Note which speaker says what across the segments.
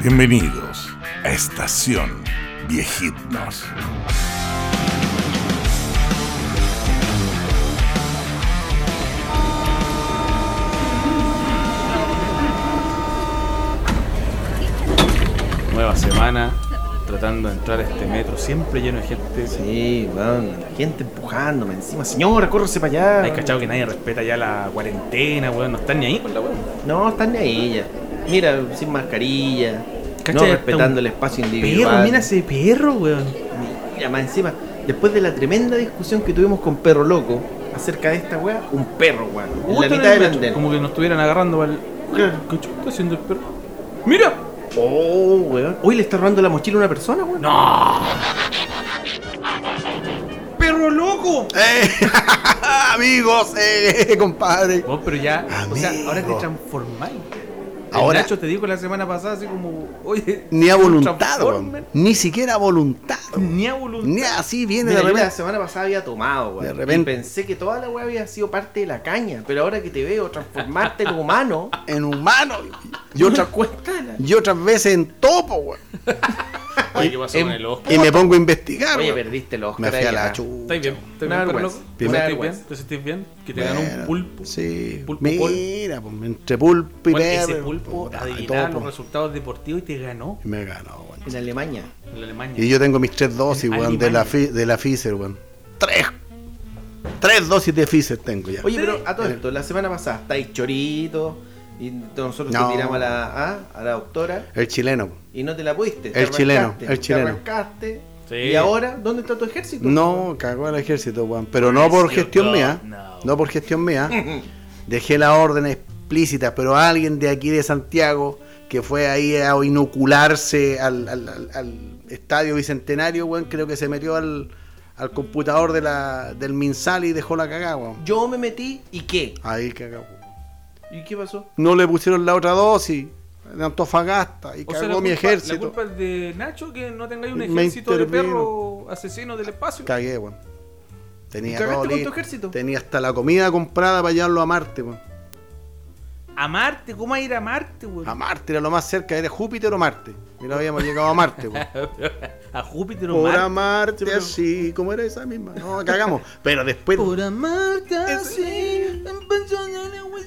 Speaker 1: Bienvenidos a Estación Viejitnos.
Speaker 2: Nueva semana, tratando de entrar a este metro, siempre lleno de gente.
Speaker 3: Sí, weón, la gente empujándome encima. Señora, córrese para allá.
Speaker 2: Hay cachado que nadie respeta ya la cuarentena, weón. No están ni ahí con la weón.
Speaker 3: No, están de ahí ya. Mira, sin mascarilla.
Speaker 2: Cacha, ya está
Speaker 3: no
Speaker 2: un
Speaker 3: respetando el espacio individual.
Speaker 2: Perro, mira ese perro, weón.
Speaker 3: Mira, más encima, después de la tremenda discusión que tuvimos con Perro Loco acerca de esta weá, un perro, weón. En
Speaker 2: Justo
Speaker 3: la
Speaker 2: en
Speaker 3: mitad
Speaker 2: el
Speaker 3: del
Speaker 2: metro,
Speaker 3: andén.
Speaker 2: Como que nos estuvieran agarrando para el.
Speaker 3: Claro.
Speaker 2: ¿Qué chucha está haciendo el perro? ¡Mira!
Speaker 3: Oh, weón. Hoy le está robando la mochila a una persona, weón.
Speaker 2: ¡No! ¡Perro loco!
Speaker 4: ¡Eh! Amigos, eh, compadre.
Speaker 2: Vos, pero ya, o sea,
Speaker 4: Amigo.
Speaker 2: ahora te transformáis. Ahora.
Speaker 4: Ahora-
Speaker 2: Nacho te dijo la semana pasada, así como, oye.
Speaker 4: Ni a voluntad,
Speaker 2: transformen.
Speaker 4: weón. Ni siquiera a voluntad. weón.
Speaker 2: Ni a voluntad.
Speaker 4: Ni así viene
Speaker 3: Mira,
Speaker 4: de
Speaker 3: yo la
Speaker 4: repente.
Speaker 3: semana pasada había tomado, weón.
Speaker 4: De repente.
Speaker 3: Y pensé que toda la weá había sido parte de la caña. Pero ahora que te veo transformarte en humano,
Speaker 4: En humano. Y, otra-
Speaker 3: cuéntala.
Speaker 4: y otras veces en topo, weón.
Speaker 2: Oye, ¿qué pasó
Speaker 3: Em-
Speaker 2: con el ojo?
Speaker 4: Y me pongo a investigar,
Speaker 3: Oye,
Speaker 4: weón.
Speaker 3: perdiste los
Speaker 4: Me fui a la chucha.
Speaker 2: ¿Estáis bien? ¿Estáis
Speaker 3: Una
Speaker 2: bien, perro
Speaker 3: vergüenza.
Speaker 2: loco? ¿Te
Speaker 3: Una
Speaker 2: sentís bien?
Speaker 3: vergüenza.
Speaker 2: ¿Te sentís bien? Que te ganó un
Speaker 4: pues. Bueno,
Speaker 2: pulpo.
Speaker 4: Sí.
Speaker 2: Pulpo
Speaker 4: Mira, pues, entre pulpo y
Speaker 2: Bueno, ese
Speaker 4: perro,
Speaker 2: pulpo
Speaker 4: puta, ah, y pues.
Speaker 2: adivinaba
Speaker 4: topo.
Speaker 2: los resultados deportivos y te ganó
Speaker 4: Y Me ganó, weón.
Speaker 3: En Alemania.
Speaker 2: en la Alemania.
Speaker 4: Y yo tengo mis tres dosis, weón, de la, Fi- de la Pfizer, weón. Tres. Tres dosis de Pfizer tengo ya.
Speaker 3: Oye, pero a todo esto, la semana pasada estáis choritos y nosotros
Speaker 4: No.
Speaker 3: te tiramos a la, ¿ah? a, a la doctora
Speaker 4: El chileno.
Speaker 3: y no te la pudiste.
Speaker 4: El chileno, el chileno.
Speaker 3: Te arrancaste.
Speaker 2: Sí.
Speaker 3: ¿Y ahora dónde está tu ejército?
Speaker 4: No, cagó al ejército, weón. Pero no por gestión mía.
Speaker 2: No.
Speaker 4: No por gestión mía. Dejé la orden explícita, pero alguien de aquí de Santiago que fue ahí a inocularse al, al- al- al estadio bicentenario, weón, creo que se metió al, al computador de la, del Minsal y dejó la cagada, weón.
Speaker 3: Yo me metí y qué.
Speaker 4: Ahí cagó.
Speaker 3: ¿Y qué pasó?
Speaker 4: No le pusieron la otra dosis de Antofagasta y
Speaker 2: O
Speaker 4: cagó
Speaker 2: sea, la
Speaker 4: mi
Speaker 2: culpa-
Speaker 4: ejército.
Speaker 2: La culpa es de Nacho que no tengáis un
Speaker 4: Me
Speaker 2: ejército de
Speaker 4: intervino.
Speaker 2: perros asesinos del espacio.
Speaker 4: Cagué, weón.
Speaker 3: ¿Y
Speaker 4: Tenía
Speaker 3: cagaste
Speaker 4: todo
Speaker 3: con tu
Speaker 4: listo.
Speaker 3: ejército?
Speaker 4: Tenía hasta la comida comprada para llevarlo a Marte, weón.
Speaker 2: A Marte, ¿cómo va a ir a Marte, weón?
Speaker 4: A Marte era lo más cerca, era Júpiter o Marte. Mira, habíamos llegado a Marte, weón.
Speaker 2: A Júpiter o
Speaker 4: Por
Speaker 2: Marte.
Speaker 4: amarte así, como era esa misma. No, cagamos. Pero después.
Speaker 2: amarte
Speaker 4: así,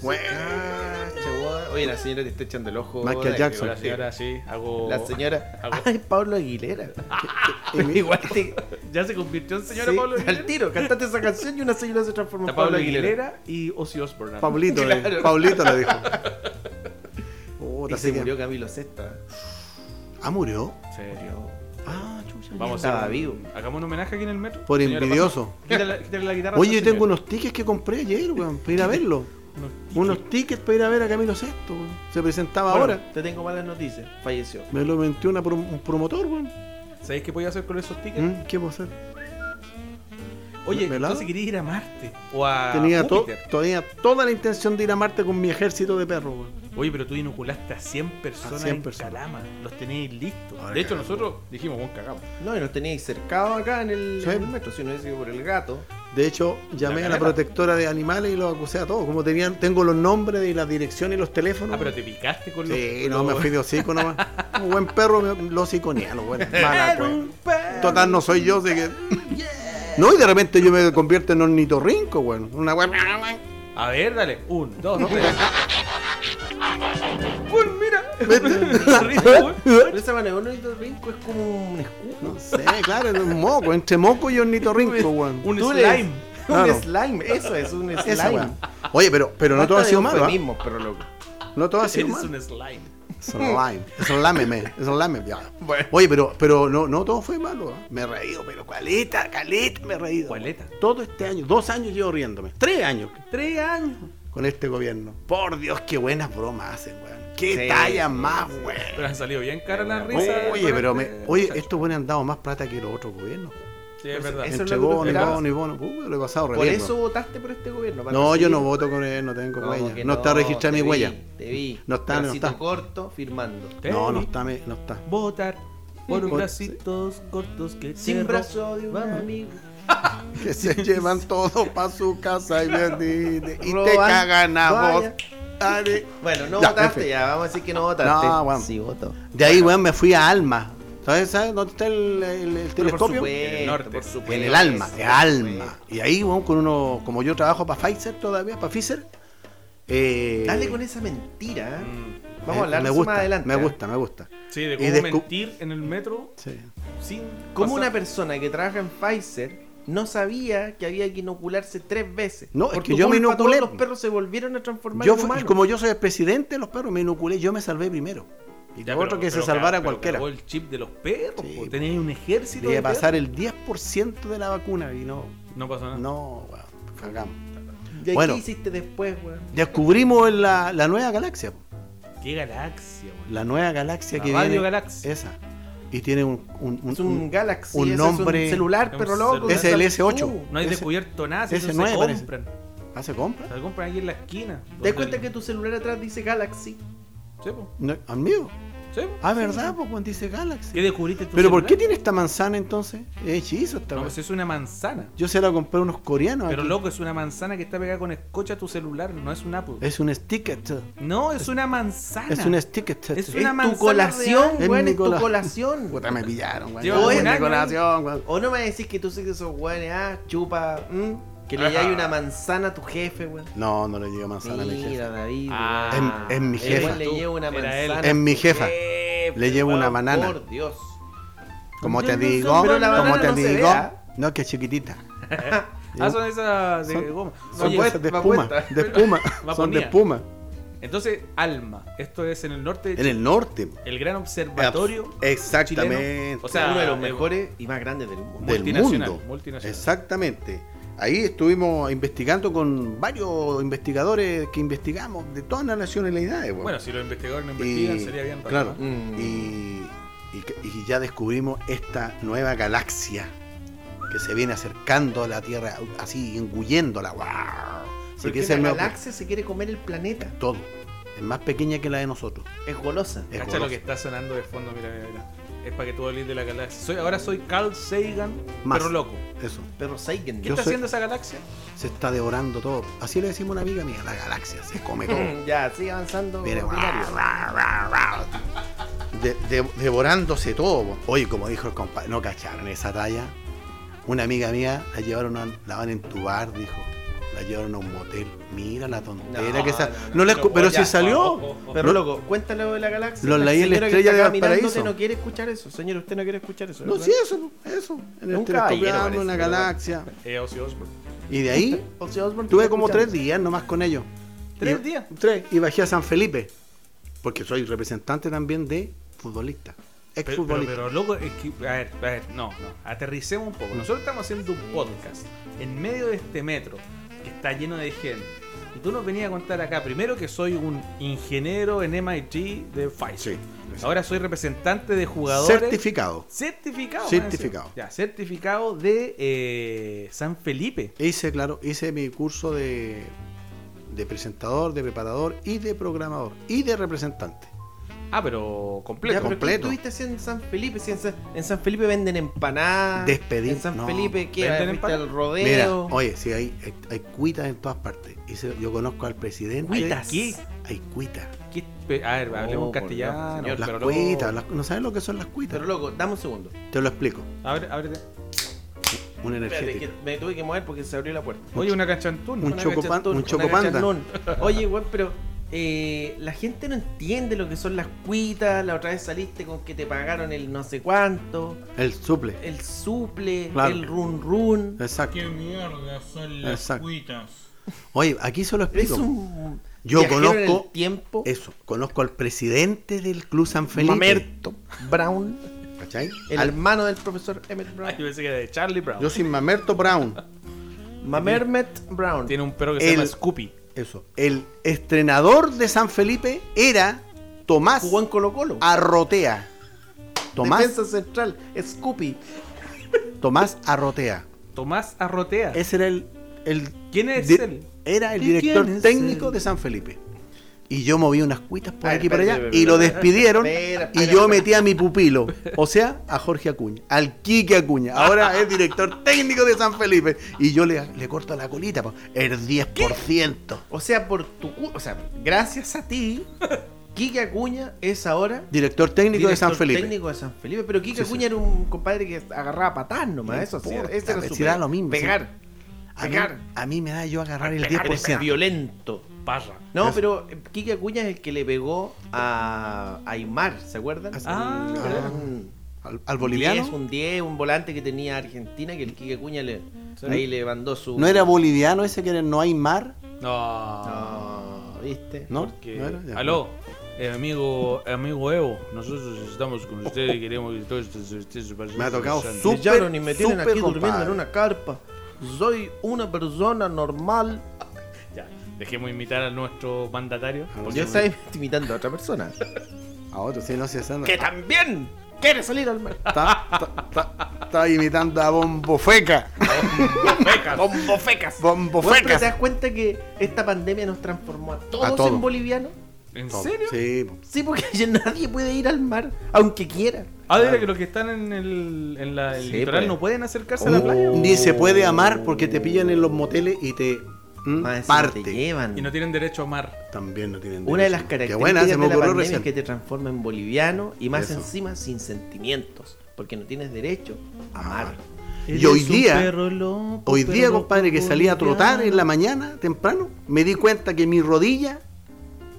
Speaker 4: Bueno.
Speaker 3: Ah, Oye, la señora te está echando el ojo.
Speaker 4: Michael
Speaker 3: Ay,
Speaker 4: Jackson.
Speaker 2: La señora sí, hago.
Speaker 3: La señora.
Speaker 2: Hago-
Speaker 3: Ay, Pablo Aguilera.
Speaker 4: Y mi-
Speaker 3: Igual te.
Speaker 2: Ya se convirtió en señora
Speaker 3: Sí,
Speaker 2: Pablo Aguilera.
Speaker 3: Al tiro, cantaste esa canción y una señora se transformó
Speaker 2: Está
Speaker 3: en
Speaker 2: Pablo Aguilera y Ozzy Osbourne.
Speaker 4: Pablito, le-
Speaker 3: Claro.
Speaker 4: Pablito le dijo. Puta,
Speaker 3: Y se
Speaker 4: así que-
Speaker 3: murió Camilo Sesta.
Speaker 4: Ah, murió.
Speaker 2: Serio.
Speaker 4: Ah, chucha.
Speaker 2: Vamos
Speaker 3: Estaba
Speaker 2: a hacer.
Speaker 3: vivo.
Speaker 2: un- Hagamos un homenaje aquí en el metro.
Speaker 4: Por
Speaker 2: Señora,
Speaker 4: envidioso.
Speaker 2: pasa. Quítale, quítale la guitarra. a
Speaker 4: Oye,
Speaker 2: esta
Speaker 4: yo tengo
Speaker 2: señora.
Speaker 4: unos tickets que compré ayer, weón, para ir a verlo.
Speaker 2: Unos
Speaker 4: Unos tickets para ir a ver a Camilo Sexto, weón. Se presentaba ahora.
Speaker 3: Ahora te tengo malas noticias. Falleció.
Speaker 4: Me lo mentió una prom- un promotor, weón.
Speaker 2: ¿Sabéis qué podía hacer con esos tickets?
Speaker 4: ¿Mm? ¿Qué puedo hacer?
Speaker 2: Oye,
Speaker 4: ¿Melado?
Speaker 2: entonces quería ir a Marte. O a
Speaker 4: Mm, Tenía, to-
Speaker 2: Júpiter.
Speaker 4: tenía toda la intención de ir a Marte con mi ejército de perros, weón.
Speaker 2: Oye, pero tú inoculaste a 100 personas
Speaker 4: 100
Speaker 2: en
Speaker 4: personas.
Speaker 2: Calama. Los tenéis listos.
Speaker 4: Ahora
Speaker 2: de hecho,
Speaker 4: cagamos.
Speaker 2: nosotros dijimos, bueno, cagamos.
Speaker 3: No, y nos teníais cercados acá en el,
Speaker 4: Sí.
Speaker 3: en el metro, si no hubiese sido por el gato.
Speaker 4: De hecho, llamé
Speaker 2: La
Speaker 4: a la
Speaker 2: canela.
Speaker 4: protectora de animales y los acusé a todos. Como tenían, tengo los nombres y las direcciones y los teléfonos.
Speaker 2: Ah, pero te picaste con los...
Speaker 4: Sí,
Speaker 2: con
Speaker 4: no,
Speaker 2: los-
Speaker 4: me fui de hocico nomás. Un buen perro, me- lo hociconiano, bueno. Mala
Speaker 2: Era un
Speaker 4: cueva.
Speaker 2: perro.
Speaker 4: Total, no soy yo, así que... No, y de repente yo me convierto en ornitorrinco, bueno. Una wea...
Speaker 2: A ver, dale. Un, dos, tres. Uy, mira.
Speaker 3: Pero esa manera, un ornitorrinco es como un escudo.
Speaker 4: No sé, claro, es un moco. Entre moco y ornitorrinco, weón.
Speaker 2: Un
Speaker 3: Tú le-
Speaker 2: slime.
Speaker 4: Claro.
Speaker 3: Un slime, eso es un slime.
Speaker 4: Esa weá. Oye, pero, pero no todo ha sido malo, ¿ah?
Speaker 3: mismo, pero loco.
Speaker 4: No todo ha sido
Speaker 2: Eres
Speaker 4: malo.
Speaker 2: un slime.
Speaker 4: Slime, slámeme, slámeme, ya. Oye, pero, pero no, no todo fue malo. ¿eh? Me he reído, pero caleta, caleta me he reído.
Speaker 2: Cualeta.
Speaker 4: Todo este año, dos años llevo riéndome. Tres años
Speaker 2: Tres años.
Speaker 4: con este gobierno. Por Dios, qué buenas bromas hacen, weón. Qué
Speaker 3: Sí.
Speaker 4: talla más, weón.
Speaker 2: Pero han salido bien cara las risas.
Speaker 4: Oye, pero me,
Speaker 2: Muchachos.
Speaker 4: oye, estos buenos han dado más plata que los otros gobiernos.
Speaker 2: Sí, es verdad.
Speaker 3: Eso es
Speaker 4: Entre
Speaker 3: lo que tú
Speaker 4: bono y
Speaker 3: esperabas.
Speaker 4: bono y bono. Uh, lo he pasado re
Speaker 3: Por
Speaker 4: bien,
Speaker 3: eso
Speaker 4: weón.
Speaker 3: votaste por este gobierno. para
Speaker 4: No,
Speaker 3: seguir.
Speaker 4: yo no voto con él, no tengo
Speaker 3: Como
Speaker 4: huella.
Speaker 3: que
Speaker 4: No está
Speaker 3: te
Speaker 4: registrada mi
Speaker 3: vi,
Speaker 4: huella.
Speaker 3: Te vi.
Speaker 4: No está, no
Speaker 3: Bracito
Speaker 4: está.
Speaker 3: corto, firmando.
Speaker 4: No, no está, me- no está.
Speaker 2: Votar por
Speaker 4: Por-
Speaker 2: bracitos cortos que te
Speaker 3: Sin brazo de un
Speaker 2: Vamos.
Speaker 3: amigo.
Speaker 4: Que se llevan todo para su casa y, y te
Speaker 3: Roban
Speaker 4: cagan a vos.
Speaker 3: toalla.
Speaker 4: Ale.
Speaker 3: Bueno, no
Speaker 4: Ya,
Speaker 3: votaste
Speaker 4: en fin.
Speaker 3: ya, vamos a decir que no votaste.
Speaker 4: No, bueno.
Speaker 3: Sí, votó.
Speaker 4: De ahí, weón, me fui a Alma. ¿Sabes, sabes dónde está el, el- el
Speaker 3: Pero por
Speaker 4: telescopio?
Speaker 3: supuesto,
Speaker 2: En el norte.
Speaker 3: por supuesto.
Speaker 4: En el alma,
Speaker 3: por
Speaker 4: es alma.
Speaker 3: supuesto.
Speaker 4: Y ahí, weón, con uno, como yo trabajo para Pfizer todavía, para Pfizer. eh,
Speaker 3: Dale con esa mentira. ¿eh?
Speaker 2: Mm.
Speaker 3: Vamos a
Speaker 4: eh,
Speaker 3: hablar de
Speaker 4: me
Speaker 3: eso
Speaker 4: gusta,
Speaker 3: más adelante.
Speaker 4: Me
Speaker 3: ¿eh?
Speaker 4: gusta, me gusta.
Speaker 2: Sí, de
Speaker 4: Y
Speaker 2: cómo
Speaker 4: descu-
Speaker 2: mentir en el metro
Speaker 4: Sí.
Speaker 2: sin.
Speaker 3: ¿Cómo
Speaker 2: pasar-
Speaker 3: una persona que trabaja en Pfizer no sabía que había que inocularse tres veces?
Speaker 4: No,
Speaker 3: Por
Speaker 4: es que
Speaker 3: tu
Speaker 4: yo me
Speaker 3: culpa,
Speaker 4: inoculé.
Speaker 3: Todos los perros se volvieron a transformar
Speaker 4: Yo
Speaker 3: en
Speaker 4: fui-
Speaker 3: humanos.
Speaker 4: como yo soy el presidente de los perros, me inoculé, yo me salvé primero. Y
Speaker 2: Ya,
Speaker 4: otro
Speaker 2: pero-
Speaker 4: que se
Speaker 2: pero
Speaker 4: salvara
Speaker 2: ca- pero
Speaker 4: cualquiera.
Speaker 2: cagó el chip de los perros,
Speaker 4: Sí,
Speaker 2: po. tenías un ejército.
Speaker 4: De
Speaker 2: de
Speaker 4: pasar el 10% de la vacuna y no,
Speaker 2: perros. No pasó nada.
Speaker 4: no, weón, cagamos.
Speaker 3: ¿Y ahí
Speaker 4: bueno.
Speaker 3: qué hiciste después, weón?
Speaker 4: Descubrimos la, la nueva galaxia, po.
Speaker 2: Qué galaxia, weón.
Speaker 4: la nueva galaxia
Speaker 2: La
Speaker 4: que
Speaker 2: Radio
Speaker 4: viene.
Speaker 2: Galaxia.
Speaker 4: Esa. Y tiene un, un, un-
Speaker 3: Es un Galaxy,
Speaker 4: un
Speaker 3: ese es
Speaker 4: nombre-
Speaker 3: un celular,
Speaker 2: Es un
Speaker 3: perro loco.
Speaker 2: celular.
Speaker 4: Es el S8.
Speaker 3: Uh,
Speaker 2: No hay
Speaker 4: Ese-
Speaker 2: descubierto nada, si
Speaker 4: ese
Speaker 2: eso se
Speaker 4: nueve parece.
Speaker 2: compran.
Speaker 4: ¿Ah, se compra?
Speaker 2: Se compran ahí en la esquina.
Speaker 3: ¿Te das cuenta que tu celular atrás dice Galaxy?
Speaker 2: Sí, po.
Speaker 4: No, amigo.
Speaker 2: Sí, po.
Speaker 4: Ah, ¿verdad? Pues cuando dice Galaxy.
Speaker 2: ¿Qué descubriste tú?
Speaker 4: ¿Pero por qué tiene esta manzana entonces? Es hechizo esta
Speaker 2: No,
Speaker 4: weá.
Speaker 2: pues es una manzana.
Speaker 4: Yo se la compré a unos coreanos
Speaker 2: Pero
Speaker 4: Ah, aquí.
Speaker 2: loco, es una manzana que está pegada con escocha a tu celular, no es un Apple.
Speaker 4: Es un sticker.
Speaker 2: No, es una manzana.
Speaker 4: Ah. Es un sticker.
Speaker 2: Es
Speaker 3: Es
Speaker 2: una
Speaker 3: tu
Speaker 2: manzana
Speaker 3: colación,
Speaker 2: real.
Speaker 4: Es
Speaker 3: weón,
Speaker 4: mi
Speaker 3: es tu
Speaker 4: cola-
Speaker 3: colación.
Speaker 4: Puta, me pillaron, weón.
Speaker 2: Lleva
Speaker 4: Ah,
Speaker 3: un
Speaker 4: una
Speaker 2: año. ¿eh?
Speaker 4: colación, weón.
Speaker 3: O no me decís que tú sí que esos weones, ah, chupa, mm, que le
Speaker 2: Ajá.
Speaker 3: hay una manzana a tu jefe, weón.
Speaker 4: No, no le llegó manzana a mi
Speaker 3: Mira,
Speaker 4: jefa.
Speaker 3: David.
Speaker 2: Ah,
Speaker 4: Es- es mi
Speaker 3: weón.
Speaker 4: jefa.
Speaker 3: El weón le lleva una
Speaker 2: Era
Speaker 3: manzana.
Speaker 2: él.
Speaker 3: a
Speaker 4: Es mi
Speaker 3: su
Speaker 4: jefa.
Speaker 3: jefe,
Speaker 4: Le lleva una
Speaker 3: weón,
Speaker 4: banana.
Speaker 3: Por Dios.
Speaker 4: Como te
Speaker 2: Yo no sé,
Speaker 4: digo,
Speaker 3: pero la
Speaker 4: como
Speaker 3: banana
Speaker 4: te
Speaker 3: no se ve,
Speaker 4: digo.
Speaker 3: ¿ah?
Speaker 4: No, que es chiquitita.
Speaker 2: Ah, son esas de
Speaker 4: Son-
Speaker 2: goma.
Speaker 4: Son
Speaker 2: Oye,
Speaker 4: cosas de
Speaker 3: va
Speaker 4: espuma.
Speaker 3: puesta.
Speaker 4: De espuma.
Speaker 2: Va
Speaker 4: Son de
Speaker 2: ponía.
Speaker 4: espuma.
Speaker 2: entonces, Alma, esto es en el norte de
Speaker 4: En
Speaker 2: Chile,
Speaker 4: el eh, norte.
Speaker 2: el, gran observatorio.
Speaker 4: Exactamente.
Speaker 2: chileno. O sea,
Speaker 3: Uno de los
Speaker 2: eh,
Speaker 3: mejores y más grandes del mundo.
Speaker 4: del
Speaker 2: multinacional,
Speaker 4: mundo.
Speaker 2: multinacional.
Speaker 4: Exactamente. Ahí estuvimos investigando con varios investigadores que investigamos de todas las nacionalidades. weón.
Speaker 2: Bueno, si los investigadores no investigan, sería bien raro.
Speaker 4: Claro.
Speaker 2: ¿no?
Speaker 3: Mm.
Speaker 4: Y, y- y ya descubrimos esta nueva galaxia que se viene acercando a la Tierra, así, engulléndola. ¡Wow! Así
Speaker 3: Porque
Speaker 4: que ese
Speaker 3: la
Speaker 4: es el nuevo-
Speaker 3: galaxia se quiere comer el planeta.
Speaker 4: todo. Es más pequeña que la de nosotros.
Speaker 3: Es golosa.
Speaker 4: Es
Speaker 2: Cacha lo
Speaker 4: golosa.
Speaker 2: que está sonando de fondo, mira, mira, mira. Es para que tú hables de la galaxia. Soy, ahora soy Carl Sagan,
Speaker 4: Más.
Speaker 2: perro loco.
Speaker 4: Eso.
Speaker 3: Perro Saiken.
Speaker 2: ¿Qué
Speaker 4: Yo
Speaker 2: está
Speaker 4: soy-
Speaker 2: haciendo esa galaxia?
Speaker 4: Se está devorando todo. Así le decimos a una amiga mía, la galaxia se come todo.
Speaker 3: ya, sigue avanzando.
Speaker 4: Viene,
Speaker 3: Mm. ordinario.
Speaker 4: ra, ra, ra, ra. De- de- devorándose todo. po. Oye, como dijo el compadre, no cacharon esa talla. Una amiga mía la llevaron, a, la van a entubar, dijo. La llevaron a un motel. Mira la tontera
Speaker 3: No,
Speaker 4: que esa.
Speaker 3: no,
Speaker 4: No,
Speaker 3: no,
Speaker 4: la
Speaker 3: no,
Speaker 4: escu- pero
Speaker 3: ya,
Speaker 4: si salió.
Speaker 2: ojo, ojo.
Speaker 3: Pero
Speaker 4: No-
Speaker 3: loco, cuéntale lo de la galaxia.
Speaker 4: Lo leí en la
Speaker 3: señora que
Speaker 4: estrella
Speaker 3: está
Speaker 4: de
Speaker 3: caminando,
Speaker 4: Valparaíso.
Speaker 3: usted no quiere escuchar eso, señor. Usted no quiere escuchar eso.
Speaker 4: No,
Speaker 3: ¿verdad?
Speaker 4: sí, eso, eso. En el
Speaker 3: Un
Speaker 4: telescopio
Speaker 3: caballero
Speaker 4: hablando, en
Speaker 3: parece,
Speaker 4: la
Speaker 3: pero bueno.
Speaker 4: galaxia.
Speaker 2: Eh, Ozzy Osbourne.
Speaker 4: Y de ahí
Speaker 3: O sea, Osborne,
Speaker 4: tuve
Speaker 3: ¿está
Speaker 4: como tres
Speaker 3: escuchando?
Speaker 4: días nomás con ellos.
Speaker 2: ¿Tres
Speaker 4: Y-
Speaker 2: días?
Speaker 4: Tres. Y bajé a San Felipe. Porque soy representante también de futbolista. Ex
Speaker 2: Pero, pero,
Speaker 4: futbolista.
Speaker 2: pero, loco, es que, a ver, a ver, no, no, aterricemos un
Speaker 4: Mm.
Speaker 2: poco. Nosotros estamos haciendo un podcast en medio de este metro que está lleno de gente. Y tú nos venías a contar acá, primero que soy un ingeniero en MIT de Pfizer.
Speaker 4: Sí, exacto.
Speaker 2: Ahora soy representante de jugadores.
Speaker 4: Certificado.
Speaker 2: certificado.
Speaker 4: Certificado.
Speaker 2: más encima. Ya, certificado de eh, San Felipe.
Speaker 4: Hice, claro, hice mi curso de, de presentador, de preparador y de programador y de representante.
Speaker 2: Ah, pero
Speaker 3: Ya,
Speaker 2: completo.
Speaker 3: pero ¿qué
Speaker 4: completo.
Speaker 3: estuviste haciendo en San Felipe? Si en, San, en San Felipe venden empanadas.
Speaker 4: Despedí-
Speaker 3: En San
Speaker 4: no.
Speaker 3: Felipe, ¿qué?
Speaker 2: ¿Venden
Speaker 3: ¿Venden
Speaker 2: empanadas?
Speaker 3: el rodeo.
Speaker 4: Mira, oye, si hay, hay, hay cuitas en todas partes. Hice- yo conozco al presidente.
Speaker 3: Cuitas.
Speaker 2: ¿Qué?
Speaker 4: Hay cuitas.
Speaker 2: ¿Qué- pe- A ver, hablemos
Speaker 3: Oh,
Speaker 2: en
Speaker 3: por
Speaker 2: castellano.
Speaker 3: Dios, señor.
Speaker 4: Las
Speaker 2: pero loco,
Speaker 4: cuitas, las- no sabes lo que son las cuitas.
Speaker 3: Pero loco, dame un segundo.
Speaker 4: Te lo explico.
Speaker 2: Abre, ábrete.
Speaker 4: Un
Speaker 3: Espérate, que
Speaker 4: energético.
Speaker 3: me tuve que mover porque se abrió la puerta.
Speaker 2: Oye, una canchantuna.
Speaker 4: Un
Speaker 3: Una
Speaker 4: chocopan-
Speaker 3: cachatún,
Speaker 4: un
Speaker 3: una
Speaker 4: chocopanda.
Speaker 3: cachanún. Oye, weón, pero eh, la gente no entiende lo que son las cuitas. La otra vez saliste con que te pagaron el no sé cuánto,
Speaker 4: El suple.
Speaker 2: Eh,
Speaker 3: el suple,
Speaker 4: Claro.
Speaker 3: el run run.
Speaker 4: Exacto.
Speaker 5: ¿Qué mierda son las
Speaker 4: Exacto.
Speaker 5: cuitas?
Speaker 4: Oye, aquí se lo
Speaker 3: Es
Speaker 4: explico.
Speaker 3: un.
Speaker 4: Yo
Speaker 3: viajero en el
Speaker 4: conozco-
Speaker 3: tiempo.
Speaker 4: Eso. Conozco al presidente del Club San Felipe.
Speaker 3: Mamerto Brown,
Speaker 4: ¿Cachai?
Speaker 3: el
Speaker 4: Al-
Speaker 3: hermano del profesor Emmett Brown.
Speaker 2: Ay, yo pensé que era de Charlie Brown.
Speaker 4: yo soy Mamerto Brown.
Speaker 3: Mamermet Brown.
Speaker 2: Tiene un perro que se
Speaker 4: El-
Speaker 2: llama Scoopy.
Speaker 4: Eso. El estrenador de San Felipe era Tomás
Speaker 3: Jugó en Colo Colo.
Speaker 4: Arrotea. Ah, Tomás,
Speaker 3: Defensa central. Scoopy.
Speaker 4: Tomás Arrotea.
Speaker 2: Tomás Arrotea.
Speaker 4: Ese era el, el
Speaker 2: ¿Quién es
Speaker 4: di-
Speaker 2: él?
Speaker 4: Era el
Speaker 2: ¿Y quién
Speaker 4: director
Speaker 2: es
Speaker 4: técnico
Speaker 2: él?
Speaker 4: de San Felipe. Y yo moví unas cuitas por
Speaker 3: A ver,
Speaker 4: aquí y por allá.
Speaker 3: espérate,
Speaker 4: y lo
Speaker 3: espérate,
Speaker 4: despidieron.
Speaker 3: espera,
Speaker 4: y
Speaker 3: espera,
Speaker 4: yo
Speaker 3: espera.
Speaker 4: metí a mi pupilo. O sea, a Jorge Acuña. Al Quique Acuña. Ahora es director técnico de San Felipe. Y yo le, le corto la colita. po, El 10%.
Speaker 3: O sea, por tu cu- o sea, gracias a ti, Quique Acuña es ahora
Speaker 4: Director técnico de San
Speaker 3: director
Speaker 4: Felipe.
Speaker 3: técnico de San Felipe, pero Quique
Speaker 4: Sí, sí.
Speaker 3: Acuña era un compadre que agarraba patas nomás,
Speaker 4: No
Speaker 3: eso hacía,
Speaker 4: importa,
Speaker 3: ese era su
Speaker 4: si era
Speaker 3: pe-
Speaker 4: lo mismo,
Speaker 3: pegar,
Speaker 4: A mí,
Speaker 3: pegar,
Speaker 4: a mí me da yo agarrar el
Speaker 3: pegar,
Speaker 4: 10%.
Speaker 3: violento.
Speaker 2: Parra.
Speaker 3: No,
Speaker 4: Eso.
Speaker 3: pero eh, Quique Acuña es el que le pegó a a Aymar, ¿se acuerdan?
Speaker 2: Ah,
Speaker 3: Un-
Speaker 2: ¿verdad?
Speaker 3: un-
Speaker 4: ¿Al, al boliviano?
Speaker 3: diez, un 10, un volante que tenía Argentina que el Quique Acuña le ahí le mandó su
Speaker 4: ¿No era boliviano ese que era no hay mar?
Speaker 2: No.
Speaker 3: No, Ah, ¿viste?
Speaker 4: ¿No?
Speaker 2: Porque-
Speaker 4: ¿No era? Ya.
Speaker 2: Aló, eh, amigo, amigo Evo, nosotros estamos con ustedes y queremos que todo esto se- se- se-
Speaker 4: Me ha tocado
Speaker 2: se-
Speaker 4: su-
Speaker 3: Me
Speaker 4: Súper,
Speaker 3: echaron y me tienen
Speaker 4: súper
Speaker 3: aquí durmiendo
Speaker 4: compadre.
Speaker 3: en una carpa. Soy una persona normal.
Speaker 2: Ya, dejemos imitar a nuestro mandatario.
Speaker 4: Ah,
Speaker 2: porque-
Speaker 3: Yo estaba imitando a otra persona.
Speaker 4: A otro, sí, no sé. esa no.
Speaker 3: que también quiere salir al mar.
Speaker 4: Está- está- está- Estaba imitando a Bombo Feca.
Speaker 3: Bombo fecas.
Speaker 4: Bombo
Speaker 3: Bueno, pero
Speaker 4: Feca.
Speaker 3: ¿Te das cuenta que esta pandemia nos transformó a todos
Speaker 4: A todo.
Speaker 3: en bolivianos?
Speaker 2: ¿En serio?
Speaker 4: Sí, po.
Speaker 3: Sí, porque ya nadie puede ir al mar, aunque quiera.
Speaker 2: Ah, de verdad que los que están en el, en la, el
Speaker 3: Sí,
Speaker 2: litoral
Speaker 3: pues.
Speaker 2: no pueden acercarse a
Speaker 4: Oh,
Speaker 2: la playa.
Speaker 4: Ni se puede amar porque te pillan en los moteles y te mm,
Speaker 3: Más encima te
Speaker 4: parte.
Speaker 3: llevan.
Speaker 2: Y no tienen derecho a amar.
Speaker 4: También no tienen
Speaker 3: Una de las
Speaker 4: derecho.
Speaker 3: características
Speaker 4: Qué buena, se me
Speaker 3: de la
Speaker 4: ocurrió
Speaker 3: pandemia
Speaker 4: recién.
Speaker 3: es que te transforma en boliviano y más
Speaker 4: Eso.
Speaker 3: encima sin sentimientos, porque no tienes derecho a
Speaker 4: Ah,
Speaker 3: amar.
Speaker 4: Y hoy día, hoy día, compadre, que salí a trotar en la mañana temprano, me di cuenta que mi rodilla,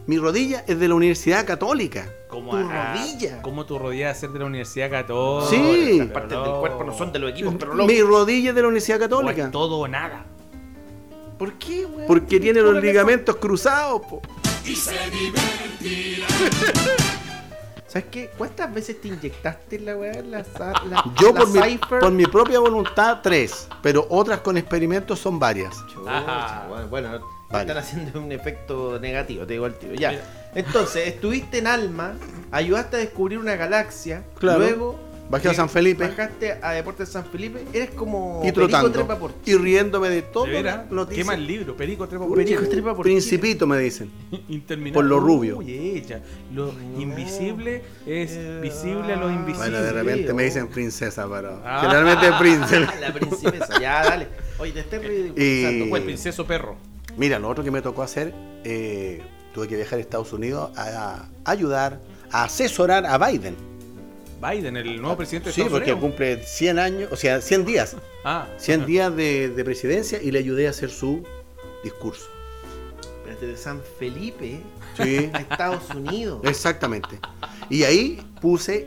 Speaker 4: mi rodilla es de la Universidad Católica.
Speaker 2: Como
Speaker 3: Tu rodilla.
Speaker 2: Como tu rodilla de ser de la Universidad Católica.
Speaker 4: Sí.
Speaker 2: Las
Speaker 3: Partes del cuerpo no son de los
Speaker 2: pues,
Speaker 3: equipos, pero loco.
Speaker 4: Mi rodilla es de la Universidad
Speaker 2: O es
Speaker 4: Católica.
Speaker 2: todo o nada.
Speaker 3: ¿Por qué, weón?
Speaker 4: Porque tiene
Speaker 3: Pura
Speaker 4: los
Speaker 3: razón.
Speaker 4: ligamentos cruzados, po.
Speaker 3: ¿Sabes qué? ¿Cuántas veces te inyectaste la weá? La, sa- la,
Speaker 4: Yo
Speaker 3: la
Speaker 4: por mi,
Speaker 3: Cypher?
Speaker 4: por mi propia voluntad, tres. Pero otras con experimentos son varias.
Speaker 3: Chucha,
Speaker 2: Ajá.
Speaker 3: bueno, bueno,
Speaker 4: Vale.
Speaker 3: están haciendo un efecto negativo, te digo al tiro. Ya. Entonces, estuviste en Alma, ayudaste a descubrir una galaxia,
Speaker 4: Claro.
Speaker 3: luego
Speaker 4: Bajé a
Speaker 3: lleg-
Speaker 4: San Felipe.
Speaker 3: Bajaste a Deportes San Felipe, eres como
Speaker 4: Y
Speaker 3: Oh, Perico
Speaker 4: trotando.
Speaker 3: Trepa por
Speaker 4: Y riéndome de todo.
Speaker 2: De veras, qué mal libro. Perico Trepa por
Speaker 3: Perico
Speaker 2: Chile.
Speaker 3: Trepa por
Speaker 4: Principito me dicen.
Speaker 2: Interminable.
Speaker 4: Por lo rubio.
Speaker 2: Uy, ella. Lo
Speaker 3: No.
Speaker 2: invisible es
Speaker 3: Eh,
Speaker 2: visible a lo invisible.
Speaker 4: Bueno, de repente
Speaker 3: oh.
Speaker 4: me dicen princesa, pero
Speaker 2: Ah.
Speaker 4: generalmente princesa.
Speaker 3: Chile. Ah, La princesa, ya, dale. Oye, te estás ridiculizando.
Speaker 4: Y-
Speaker 2: Pues,
Speaker 3: cuéntame.
Speaker 2: princeso perro.
Speaker 4: Mira, lo otro que me tocó hacer, eh, tuve que viajar a Estados Unidos a, a ayudar, a asesorar a Biden.
Speaker 2: Biden, el nuevo presidente de
Speaker 4: Sí,
Speaker 2: Estados
Speaker 4: porque
Speaker 2: Unidos.
Speaker 4: cumple 100 años, o sea, 100 días.
Speaker 2: Ah,
Speaker 4: 100 días de, de presidencia y le ayudé a hacer su discurso.
Speaker 3: Espérate, de San Felipe
Speaker 4: Sí.
Speaker 3: a Estados Unidos.
Speaker 4: Exactamente. Y ahí puse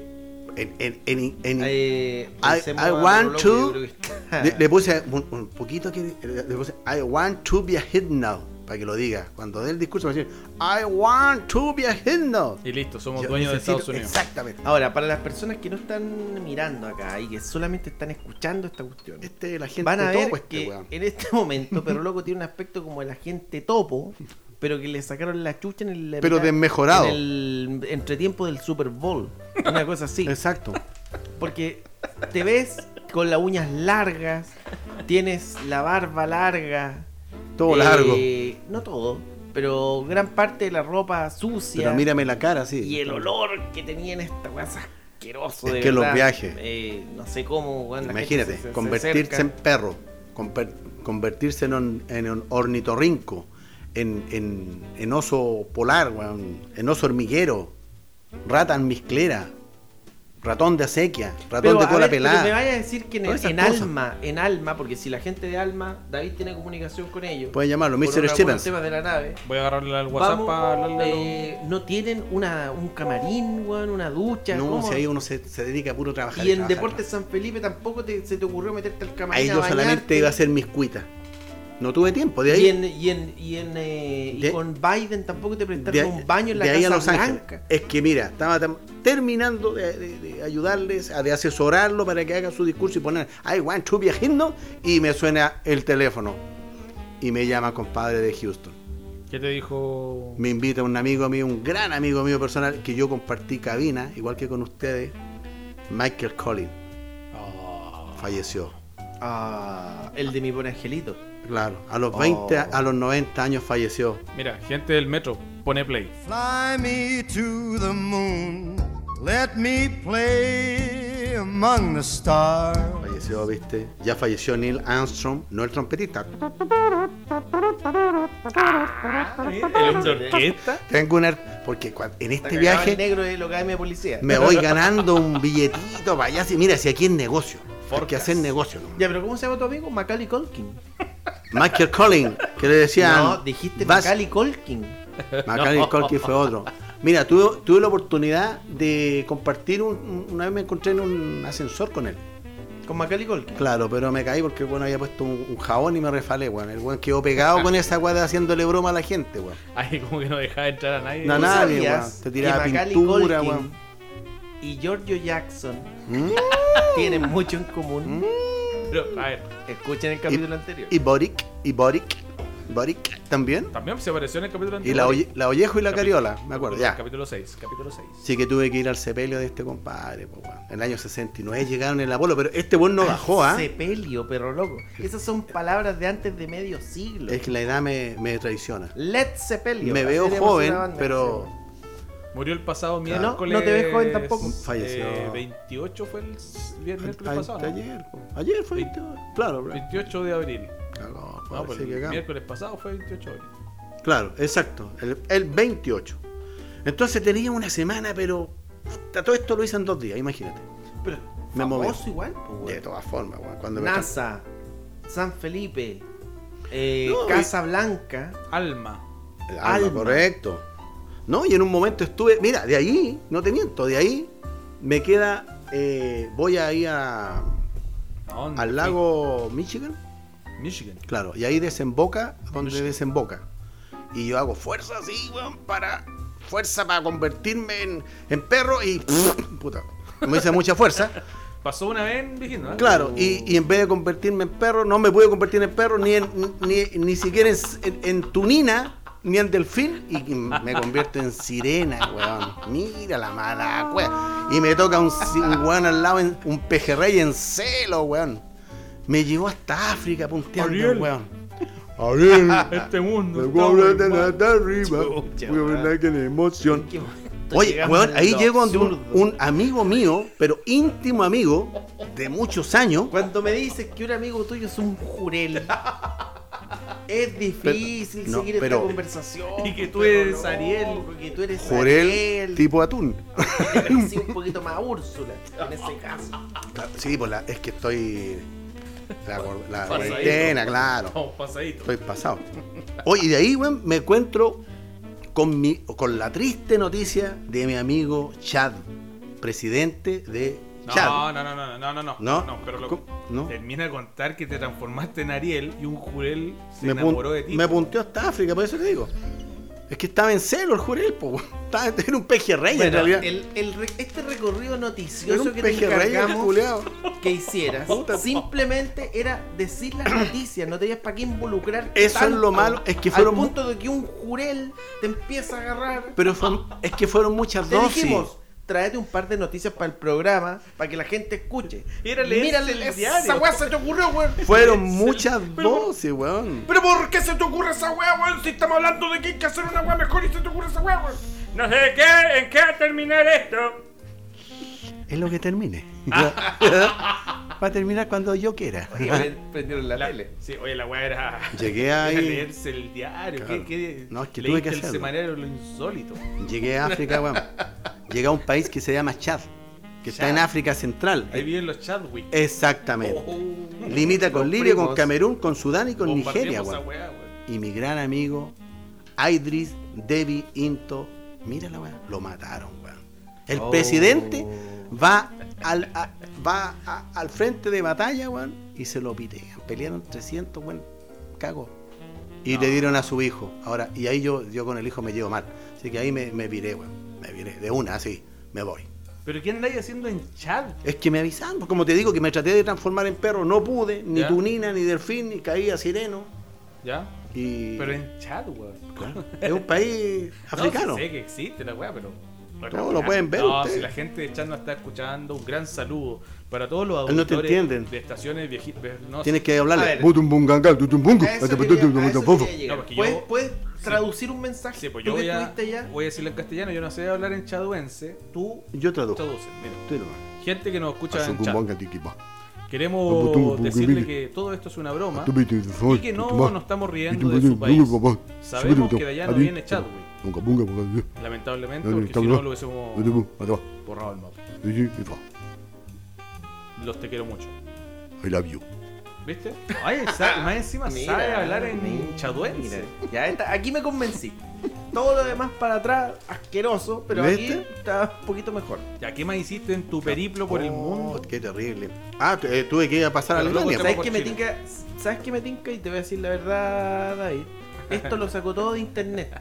Speaker 4: en, en- en- en-
Speaker 3: Eh,
Speaker 4: I-
Speaker 3: pensemos
Speaker 4: I
Speaker 3: a
Speaker 4: want
Speaker 3: Manolo,
Speaker 4: to-
Speaker 3: que yo creo que está-
Speaker 4: le, le puse un, un poquito que le puse I want to be a hit now para que lo diga. Cuando dé el discurso va a decir I want to be a hit now.
Speaker 2: Y listo, somos
Speaker 4: Yo
Speaker 2: dueños de
Speaker 4: necesito-
Speaker 2: Estados Unidos.
Speaker 4: Exactamente.
Speaker 3: Ahora, para las personas que no están mirando acá y que solamente están escuchando esta cuestión,
Speaker 4: Este es la gente
Speaker 3: van a ver
Speaker 4: topo este
Speaker 3: que
Speaker 4: weón.
Speaker 3: en este momento Pero Loco tiene un aspecto como el agente topo, pero que le sacaron la chucha en el.
Speaker 4: Pero
Speaker 3: en el-
Speaker 4: desmejorado.
Speaker 3: En el entretiempo del Super Bowl. Una cosa así.
Speaker 4: Exacto.
Speaker 3: Porque te ves con las uñas largas, tienes la barba larga.
Speaker 4: Todo
Speaker 3: eh,
Speaker 4: largo.
Speaker 3: No todo, pero gran parte de la ropa sucia.
Speaker 4: Pero mírame la cara, sí.
Speaker 3: Y el olor que tenían esta weá es asqueroso.
Speaker 4: Es
Speaker 3: de
Speaker 4: que los
Speaker 3: verdad.
Speaker 4: viajes.
Speaker 3: Eh, no sé cómo, weón, la gente
Speaker 4: Imagínate,
Speaker 3: se- se- se
Speaker 4: convertirse en
Speaker 3: acerca.
Speaker 4: perro, conver- convertirse en un, en un ornitorrinco, en, en- en oso polar, weón, en oso hormiguero, rata almizclera, ratón de acequia, ratón
Speaker 3: Pero,
Speaker 4: de
Speaker 3: a
Speaker 4: cola
Speaker 3: ver,
Speaker 4: pelada.
Speaker 3: pero Me vaya a decir que en,
Speaker 4: Todas esas
Speaker 3: en
Speaker 4: cosas.
Speaker 3: alma, en alma, porque si la gente de alma, David tiene comunicación con ellos.
Speaker 4: Pueden llamarlo,
Speaker 3: por
Speaker 4: Mr.
Speaker 3: algunos
Speaker 4: Stevens.
Speaker 3: temas de la nave.
Speaker 2: Voy a agarrarle al WhatsApp
Speaker 3: Vamos,
Speaker 2: para hablarle a los-
Speaker 3: eh, no tienen una, un camarín, weón, una ducha.
Speaker 4: No,
Speaker 3: ¿cómo?
Speaker 4: si ahí uno se, se dedica a puro trabajar.
Speaker 3: Y en
Speaker 4: trabajar,
Speaker 3: Deportes San Felipe tampoco te- se te ocurrió meterte al
Speaker 4: ¿no?
Speaker 3: camarín.
Speaker 4: Ahí
Speaker 3: a
Speaker 4: yo solamente
Speaker 3: bañarte.
Speaker 4: iba a hacer mis cuitas. No tuve tiempo, de ahí.
Speaker 3: Y en, y en, y en, eh, y
Speaker 4: De-
Speaker 3: con Biden tampoco te prestaron
Speaker 4: de,
Speaker 3: un baño en la
Speaker 4: de
Speaker 3: Casa
Speaker 4: ahí a Los Ángeles.
Speaker 3: Blanca.
Speaker 4: Es que mira, estaba tam- terminando de, de- de ayudarles, a, de asesorarlo para que haga su discurso y poner I want to be a himno", y me suena el teléfono y me llama compadre de Houston.
Speaker 2: ¿Qué te dijo?
Speaker 4: Me invita un amigo mío, un gran amigo mío personal que yo compartí cabina, igual que con ustedes, Michael Collins,
Speaker 3: Oh.
Speaker 2: Ah,
Speaker 4: falleció.
Speaker 3: Ah, el de mi buen angelito.
Speaker 4: Claro, a los
Speaker 3: Oh.
Speaker 4: 20, a los 90 años falleció.
Speaker 2: Mira, gente del metro, pone play.
Speaker 5: Fly me to the moon. Let me play among the stars.
Speaker 4: Falleció, viste. Ya falleció Neil Armstrong, no el trompetista.
Speaker 2: El hombre orquesta.
Speaker 4: Tengo un ar- porque cua- en
Speaker 3: Está cagado
Speaker 4: este
Speaker 3: el
Speaker 4: viaje
Speaker 3: negro de lo que hay de policía.
Speaker 4: me voy ganando un billetito para allá. Sí, Mira, si aquí es negocio. Porque hacer negocio, ¿no?
Speaker 3: Ya, pero ¿cómo se llama tu amigo? Macaulay Colkin.
Speaker 4: Michael Collins, que le decían.
Speaker 3: No, dijiste
Speaker 4: "Vas-
Speaker 3: Macaulay Colkin.
Speaker 4: Macaulay Culkin fue otro. Mira, tuve, tuve la oportunidad de compartir un- un- una vez me encontré en un ascensor con él.
Speaker 3: Con Macaulay Colkin.
Speaker 4: Claro, pero me caí porque bueno había puesto un, un jabón y me refalé, weón. El weón quedó pegado con esa weá de haciéndole broma a la gente, weón.
Speaker 2: Ahí como que no dejaba entrar a nadie.
Speaker 4: No,
Speaker 3: ¿Tú
Speaker 4: nada. nadie,
Speaker 3: sabías
Speaker 4: weón. Te tiraba
Speaker 3: que Macaulay
Speaker 4: pintura,
Speaker 3: Culkin
Speaker 4: weón.
Speaker 3: Y Giorgio Jackson
Speaker 4: ¿Mm?
Speaker 3: tienen mucho en común.
Speaker 2: Pero, a ver,
Speaker 3: Escuchen el capítulo anterior.
Speaker 4: Y Boric, y Boric, Boric también.
Speaker 2: también se apareció en el capítulo
Speaker 4: Y
Speaker 2: anterior.
Speaker 4: la, Oye- la Ollejo y la
Speaker 2: Capítulo-
Speaker 4: Cariola, me acuerdo, ya.
Speaker 2: Capítulo 6, capítulo 6.
Speaker 4: Así que tuve que ir al sepelio de este compadre, pues, weón. En el año 69 llegaron el Apolo, pero este weón no bajó, ¿ah?
Speaker 3: Sepelio, perro loco. Esas son palabras de antes de medio siglo.
Speaker 4: Es que la edad me, me traiciona.
Speaker 3: Led Sepelio.
Speaker 4: Me veo
Speaker 3: Tenemos
Speaker 4: joven,
Speaker 3: una banda,
Speaker 4: pero
Speaker 2: Murió el pasado
Speaker 3: Claro.
Speaker 2: miércoles.
Speaker 3: No, no te ves joven tampoco.
Speaker 4: Falleció.
Speaker 2: eh, 28 fue el s- viernes miércoles
Speaker 4: Ay,
Speaker 2: pasado. ¿no?
Speaker 4: Ayer, po. ayer fue.
Speaker 2: Veinte-
Speaker 4: Claro, bro.
Speaker 2: 28 de abril.
Speaker 4: Cagó,
Speaker 2: No,
Speaker 4: parece
Speaker 2: pues el
Speaker 4: que cagó.
Speaker 2: miércoles pasado fue 28 de abril.
Speaker 4: Claro, exacto. El, el 28. Entonces tenía una semana, pero. puta, Todo esto lo hice en dos días, imagínate.
Speaker 3: sí. Pero
Speaker 4: Me moví.
Speaker 3: famoso igual, pues, weón.
Speaker 4: De todas formas, weón. Cuando me
Speaker 3: NASA, San Felipe, eh,
Speaker 4: No, y-
Speaker 3: Casa Blanca.
Speaker 2: Alma.
Speaker 4: El alma,
Speaker 3: Alma.
Speaker 4: correcto. No, y en un momento estuve. Mira, de ahí, no te miento, de ahí me queda. eh, voy ahí a,
Speaker 2: ¿A dónde
Speaker 4: al
Speaker 2: fue?
Speaker 4: lago Michigan.
Speaker 2: Michigan.
Speaker 4: Claro, y ahí desemboca donde desemboca. Y yo hago fuerza así, weón, para. Fuerza para convertirme en, en perro y. puta. Me hice mucha fuerza.
Speaker 2: Pasó una vez en Virginia. ¿no?
Speaker 4: Claro,
Speaker 3: Oh.
Speaker 4: y, y en vez de convertirme en perro, no me pude convertir en perro, ni en- ni, ni siquiera en, en- en tunina, ni en delfín, y me convierto en sirena, weón. Mira la mala wea. Y me toca un, ci- un weón al lado, en- un pejerrey en celo, weón. Me llevó hasta África punteando,
Speaker 2: Ariel.
Speaker 4: weón. Ariel.
Speaker 2: Este mundo.
Speaker 4: me
Speaker 2: está
Speaker 4: voy a
Speaker 2: muy mal.
Speaker 4: hasta arriba.
Speaker 3: Chucha,
Speaker 4: Voy a
Speaker 3: weón.
Speaker 4: hablar con emoción.
Speaker 3: Qué bonito,
Speaker 4: Oye,
Speaker 3: llegamos
Speaker 4: weón,
Speaker 3: a
Speaker 4: ahí
Speaker 3: lo
Speaker 4: llego donde un,
Speaker 3: absurdo.
Speaker 4: un amigo mío, pero íntimo amigo, de muchos años.
Speaker 3: Cuando me dices que un amigo tuyo es un jurel, es difícil
Speaker 4: Pero- no,
Speaker 3: seguir
Speaker 4: pero-
Speaker 3: esta conversación.
Speaker 2: Y que tú
Speaker 3: pero
Speaker 2: eres
Speaker 3: no,
Speaker 2: Ariel.
Speaker 3: Que tú eres
Speaker 4: Jurel
Speaker 3: Ariel.
Speaker 4: tipo atún.
Speaker 3: Eres así un poquito más Úrsula en ese caso.
Speaker 4: Sí, pues la- es que estoy. La, cor- la
Speaker 2: Pasadito.
Speaker 4: cuarentena, claro.
Speaker 2: Vamos, pasadito.
Speaker 4: Estoy pasado. Oye, y de ahí, weón, me encuentro con, mi, con la triste noticia de mi amigo Chad, presidente de
Speaker 2: No,
Speaker 4: Chad.
Speaker 2: no, no, no, no, no, no,
Speaker 4: ¿No?
Speaker 2: pero
Speaker 4: ¿Cómo?
Speaker 2: lo,
Speaker 4: ¿No?
Speaker 2: termina de contar que te transformaste en Ariel y un jurel se
Speaker 4: me, pun-
Speaker 2: enamoró de ti.
Speaker 4: me punteó hasta África, por eso te digo. Es que estaba en celo el jurel, po. weón. Estaba, era un pejerrey en
Speaker 3: Bueno,
Speaker 4: realidad.
Speaker 3: el- el re- este recorrido
Speaker 4: Era un
Speaker 3: noticioso que te
Speaker 4: pejerrey
Speaker 3: encargamos
Speaker 4: culeado.
Speaker 3: que hicieras simplemente era decir las noticias, no tenías para qué involucrar.
Speaker 4: Eso es
Speaker 3: tanto,
Speaker 4: lo malo, es que fueron
Speaker 3: al punto de que un jurel te empieza a agarrar.
Speaker 4: Pero fue- es que fueron muchas
Speaker 3: Te
Speaker 4: dosis.
Speaker 3: dijimos, tráete un par de noticias para el programa, para que la gente escuche.
Speaker 2: Era leerse
Speaker 3: Mírale,
Speaker 2: el
Speaker 3: esa
Speaker 2: diario.
Speaker 3: weá se te ocurrió, weón.
Speaker 4: Fueron
Speaker 2: Es el-
Speaker 4: muchas
Speaker 2: pero-
Speaker 4: voces, weón.
Speaker 2: ¿Pero por qué se te ocurre esa weá, weón? Si estamos hablando de que hay que hacer una weá mejor y se te ocurre esa weá, weón. No sé qué, en qué va a terminar esto.
Speaker 4: Es lo que termine. Va a terminar cuando yo quiera.
Speaker 3: Prendieron la,
Speaker 2: La-
Speaker 3: tele.
Speaker 2: Sí, oye, la weá era.
Speaker 4: Llegué
Speaker 2: era
Speaker 4: ahí,
Speaker 2: leerse el diario.
Speaker 4: Claro.
Speaker 2: ¿Qué, qué,
Speaker 4: No, es que tuve
Speaker 2: leíste
Speaker 4: que
Speaker 2: el
Speaker 4: hacerlo.
Speaker 2: semanario de lo insólito.
Speaker 4: llegué a África, weón. Llegué a un país que se llama Chad, que está
Speaker 2: Chad.
Speaker 4: en África Central.
Speaker 2: Ahí viven los Chadwick.
Speaker 4: Exactamente.
Speaker 2: Oh,
Speaker 4: Eh, Limita con
Speaker 3: Los
Speaker 4: Libia, con
Speaker 3: primos.
Speaker 4: Camerún, con Sudán y con
Speaker 2: bombardeamos
Speaker 4: Nigeria,
Speaker 2: esa
Speaker 4: weón.
Speaker 2: weá, weón.
Speaker 4: Y mi gran amigo, Idris Debi Into, mira la weón, lo mataron, weón. El
Speaker 3: Oh.
Speaker 4: presidente va al, a- va a- al frente de batalla, weón, y se lo pitean. Pelearon 300, weón, cago. Y le dieron a su hijo. Ahora, y ahí yo, yo con el hijo me llevo mal. Así que ahí me, me viré, weón. Me viré. De una, así, me voy.
Speaker 2: Pero ¿qué andáis haciendo en Chad?
Speaker 4: Es que me avisaron, pues, como te digo, que me traté de transformar en perro, no pude, ni
Speaker 2: Ya.
Speaker 4: tunina, ni delfín, ni caía sireno.
Speaker 2: ¿Ya?
Speaker 4: Y
Speaker 2: Pero en Chad, weón.
Speaker 4: Claro, es un país africano.
Speaker 2: No, sí sé que existe la weá, pero.
Speaker 4: No, lo pueden ver
Speaker 2: No,
Speaker 4: ustedes.
Speaker 2: si la gente de Chat nos está escuchando, un gran saludo para todos los
Speaker 4: Ah, no te
Speaker 2: auditores
Speaker 4: entienden.
Speaker 2: de estaciones viejitas. No,
Speaker 4: Tienes
Speaker 2: sí.
Speaker 4: que
Speaker 3: A
Speaker 4: hablarle.
Speaker 3: ver.
Speaker 4: Butumbunganga, butumbungu,
Speaker 3: A
Speaker 1: Este,
Speaker 3: eso
Speaker 1: pues,
Speaker 3: quería- a eso quería
Speaker 4: butumbungu.
Speaker 3: llegar.
Speaker 2: No, porque yo-
Speaker 3: ¿Puedes, puedes traducir un mensaje?
Speaker 2: Sí, pues
Speaker 3: ¿Tú
Speaker 2: yo
Speaker 3: que
Speaker 2: voy a,
Speaker 3: estuviste allá?
Speaker 2: voy a decirlo en castellano, yo no sé hablar en chaduense, tú
Speaker 4: Yo traduzco.
Speaker 2: traduces. Mira,
Speaker 4: Tú nomás.
Speaker 2: gente que nos
Speaker 4: Ah,
Speaker 2: escucha en chat,
Speaker 4: Azucumbanga, tiquipa.
Speaker 2: queremos decirle que todo esto es una broma y que no nos estamos riendo de su país. Sabemos que de allá no viene Chadwick, lamentablemente, porque si no lo hubiésemos borrado el mapa. Los te quiero mucho.
Speaker 1: I love you.
Speaker 2: ¿Viste? Ay, sa- más encima sabe hablar en chaduense.
Speaker 3: mira. Ya, esta- aquí me convencí. Todo lo demás para atrás, asqueroso, pero
Speaker 4: ¿Viste?
Speaker 3: aquí está un poquito mejor.
Speaker 2: Ya, ¿qué más hiciste en tu periplo por el mundo?
Speaker 4: Oh, Qué terrible. Ah, tu- eh, tuve que ir a pasar a
Speaker 2: Pero luego
Speaker 4: Alemania.
Speaker 2: te-
Speaker 3: ¿Sabes qué me tinca? ¿Sabes qué me tinca? Y te voy a decir la verdad, David. Esto lo sacó todo de internet.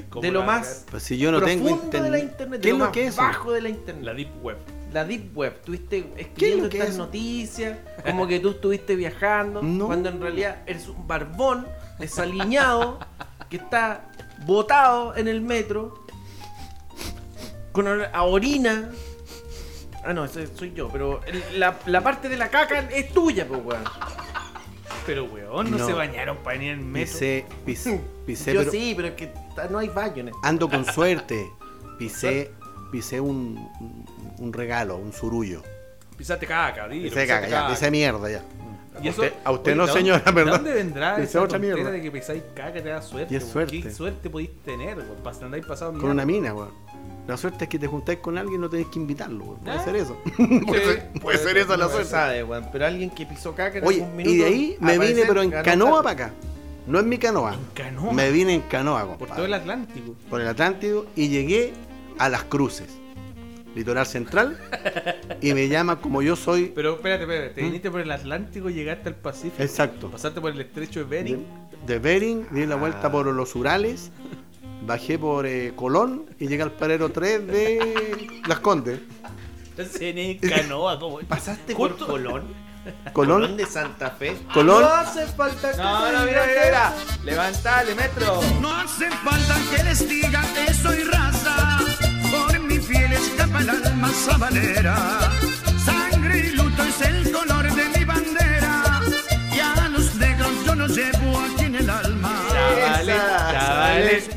Speaker 2: Como
Speaker 3: De lo
Speaker 2: la-
Speaker 3: más
Speaker 4: Pues si yo no tengo
Speaker 3: profundo de la
Speaker 4: internet.
Speaker 3: internet,
Speaker 4: ¿Qué
Speaker 3: de
Speaker 4: es
Speaker 3: lo
Speaker 4: lo
Speaker 3: más
Speaker 4: que es?
Speaker 3: bajo de la internet.
Speaker 2: La Deep Web.
Speaker 3: la deep web, estuviste escribiendo
Speaker 4: que
Speaker 3: estas
Speaker 4: es?
Speaker 3: noticias, como que tú estuviste viajando,
Speaker 4: No.
Speaker 3: cuando en realidad eres un barbón desaliñado que está botado en el metro con olor a orina. Ah, no, ese soy yo, pero el- la, la parte de la caca es tuya, pues, weón.
Speaker 2: Pero, weón, no,
Speaker 4: No.
Speaker 2: se bañaron para venir en metro.
Speaker 4: Pisé, pisé, pisé,
Speaker 3: yo
Speaker 4: pero
Speaker 3: sí, pero es que está- no hay baño en este.
Speaker 4: ando con suerte. Pisé, pisé un, un- un regalo, un surullo.
Speaker 2: Pisate caca, dilo.
Speaker 4: Pisé caga,
Speaker 2: pisate
Speaker 4: ya,
Speaker 2: caca.
Speaker 4: pisé mierda ya.
Speaker 2: Y
Speaker 4: A
Speaker 2: eso-
Speaker 4: usted- a usted
Speaker 2: oye,
Speaker 4: no,
Speaker 2: ¿de dónde-
Speaker 4: señora,
Speaker 2: ¿De
Speaker 4: ¿verdad?
Speaker 2: dónde vendrá
Speaker 4: Esa
Speaker 2: esa otra
Speaker 4: otra mierda.
Speaker 2: de que pisáis caca te da suerte?
Speaker 4: Y es
Speaker 2: weón?
Speaker 4: suerte.
Speaker 2: ¿Qué suerte podéis tener, weón? Para andáis pasado
Speaker 4: Con una mina, weón. La suerte es que te juntáis con alguien y no tenés que invitarlo, weón. Puede
Speaker 2: ¿Ah?
Speaker 4: ser eso.
Speaker 2: Puede ser-
Speaker 4: puede ser esa la
Speaker 3: No se sabe, weón, pero alguien que pisó caca en
Speaker 4: Oye,
Speaker 3: algún
Speaker 4: y
Speaker 3: minuto,
Speaker 4: de ahí me vine,
Speaker 3: aparecer,
Speaker 4: pero en
Speaker 3: ganó
Speaker 4: canoa
Speaker 3: plata.
Speaker 4: para acá. No en mi canoa.
Speaker 2: En canoa.
Speaker 4: Me vine en canoa,
Speaker 2: Por
Speaker 4: compadre.
Speaker 2: todo el Atlántico.
Speaker 4: por el Atlántico y llegué a Las Cruces, litoral central, y me llama como yo soy.
Speaker 2: Pero espérate, espérate. Te
Speaker 4: ¿Mm?
Speaker 2: viniste por el Atlántico y llegaste al Pacífico.
Speaker 4: Exacto. ¿Mm?
Speaker 2: Pasaste por el estrecho de
Speaker 4: De,
Speaker 2: Bering.
Speaker 4: de Bering, di la vuelta por los Urales, bajé por eh, Colón y llegué al parero 3 de Las Condes.
Speaker 2: Entonces en canoa, como.
Speaker 3: ¿Pasaste
Speaker 2: Justo-
Speaker 3: por Colón? Colón
Speaker 4: Colón,
Speaker 3: de Santa Fe.
Speaker 4: Colón.
Speaker 3: No hace falta que
Speaker 2: No, no,
Speaker 3: se
Speaker 2: mira, mira,
Speaker 3: diga
Speaker 2: mira. Levantale, metro.
Speaker 6: No hace falta que les diga que soy raza, por mi piel escapa el alma sabanera. Sangre y luto es el color de mi bandera, y a los negros yo los llevo aquí en el alma.
Speaker 2: Chavales, chavales.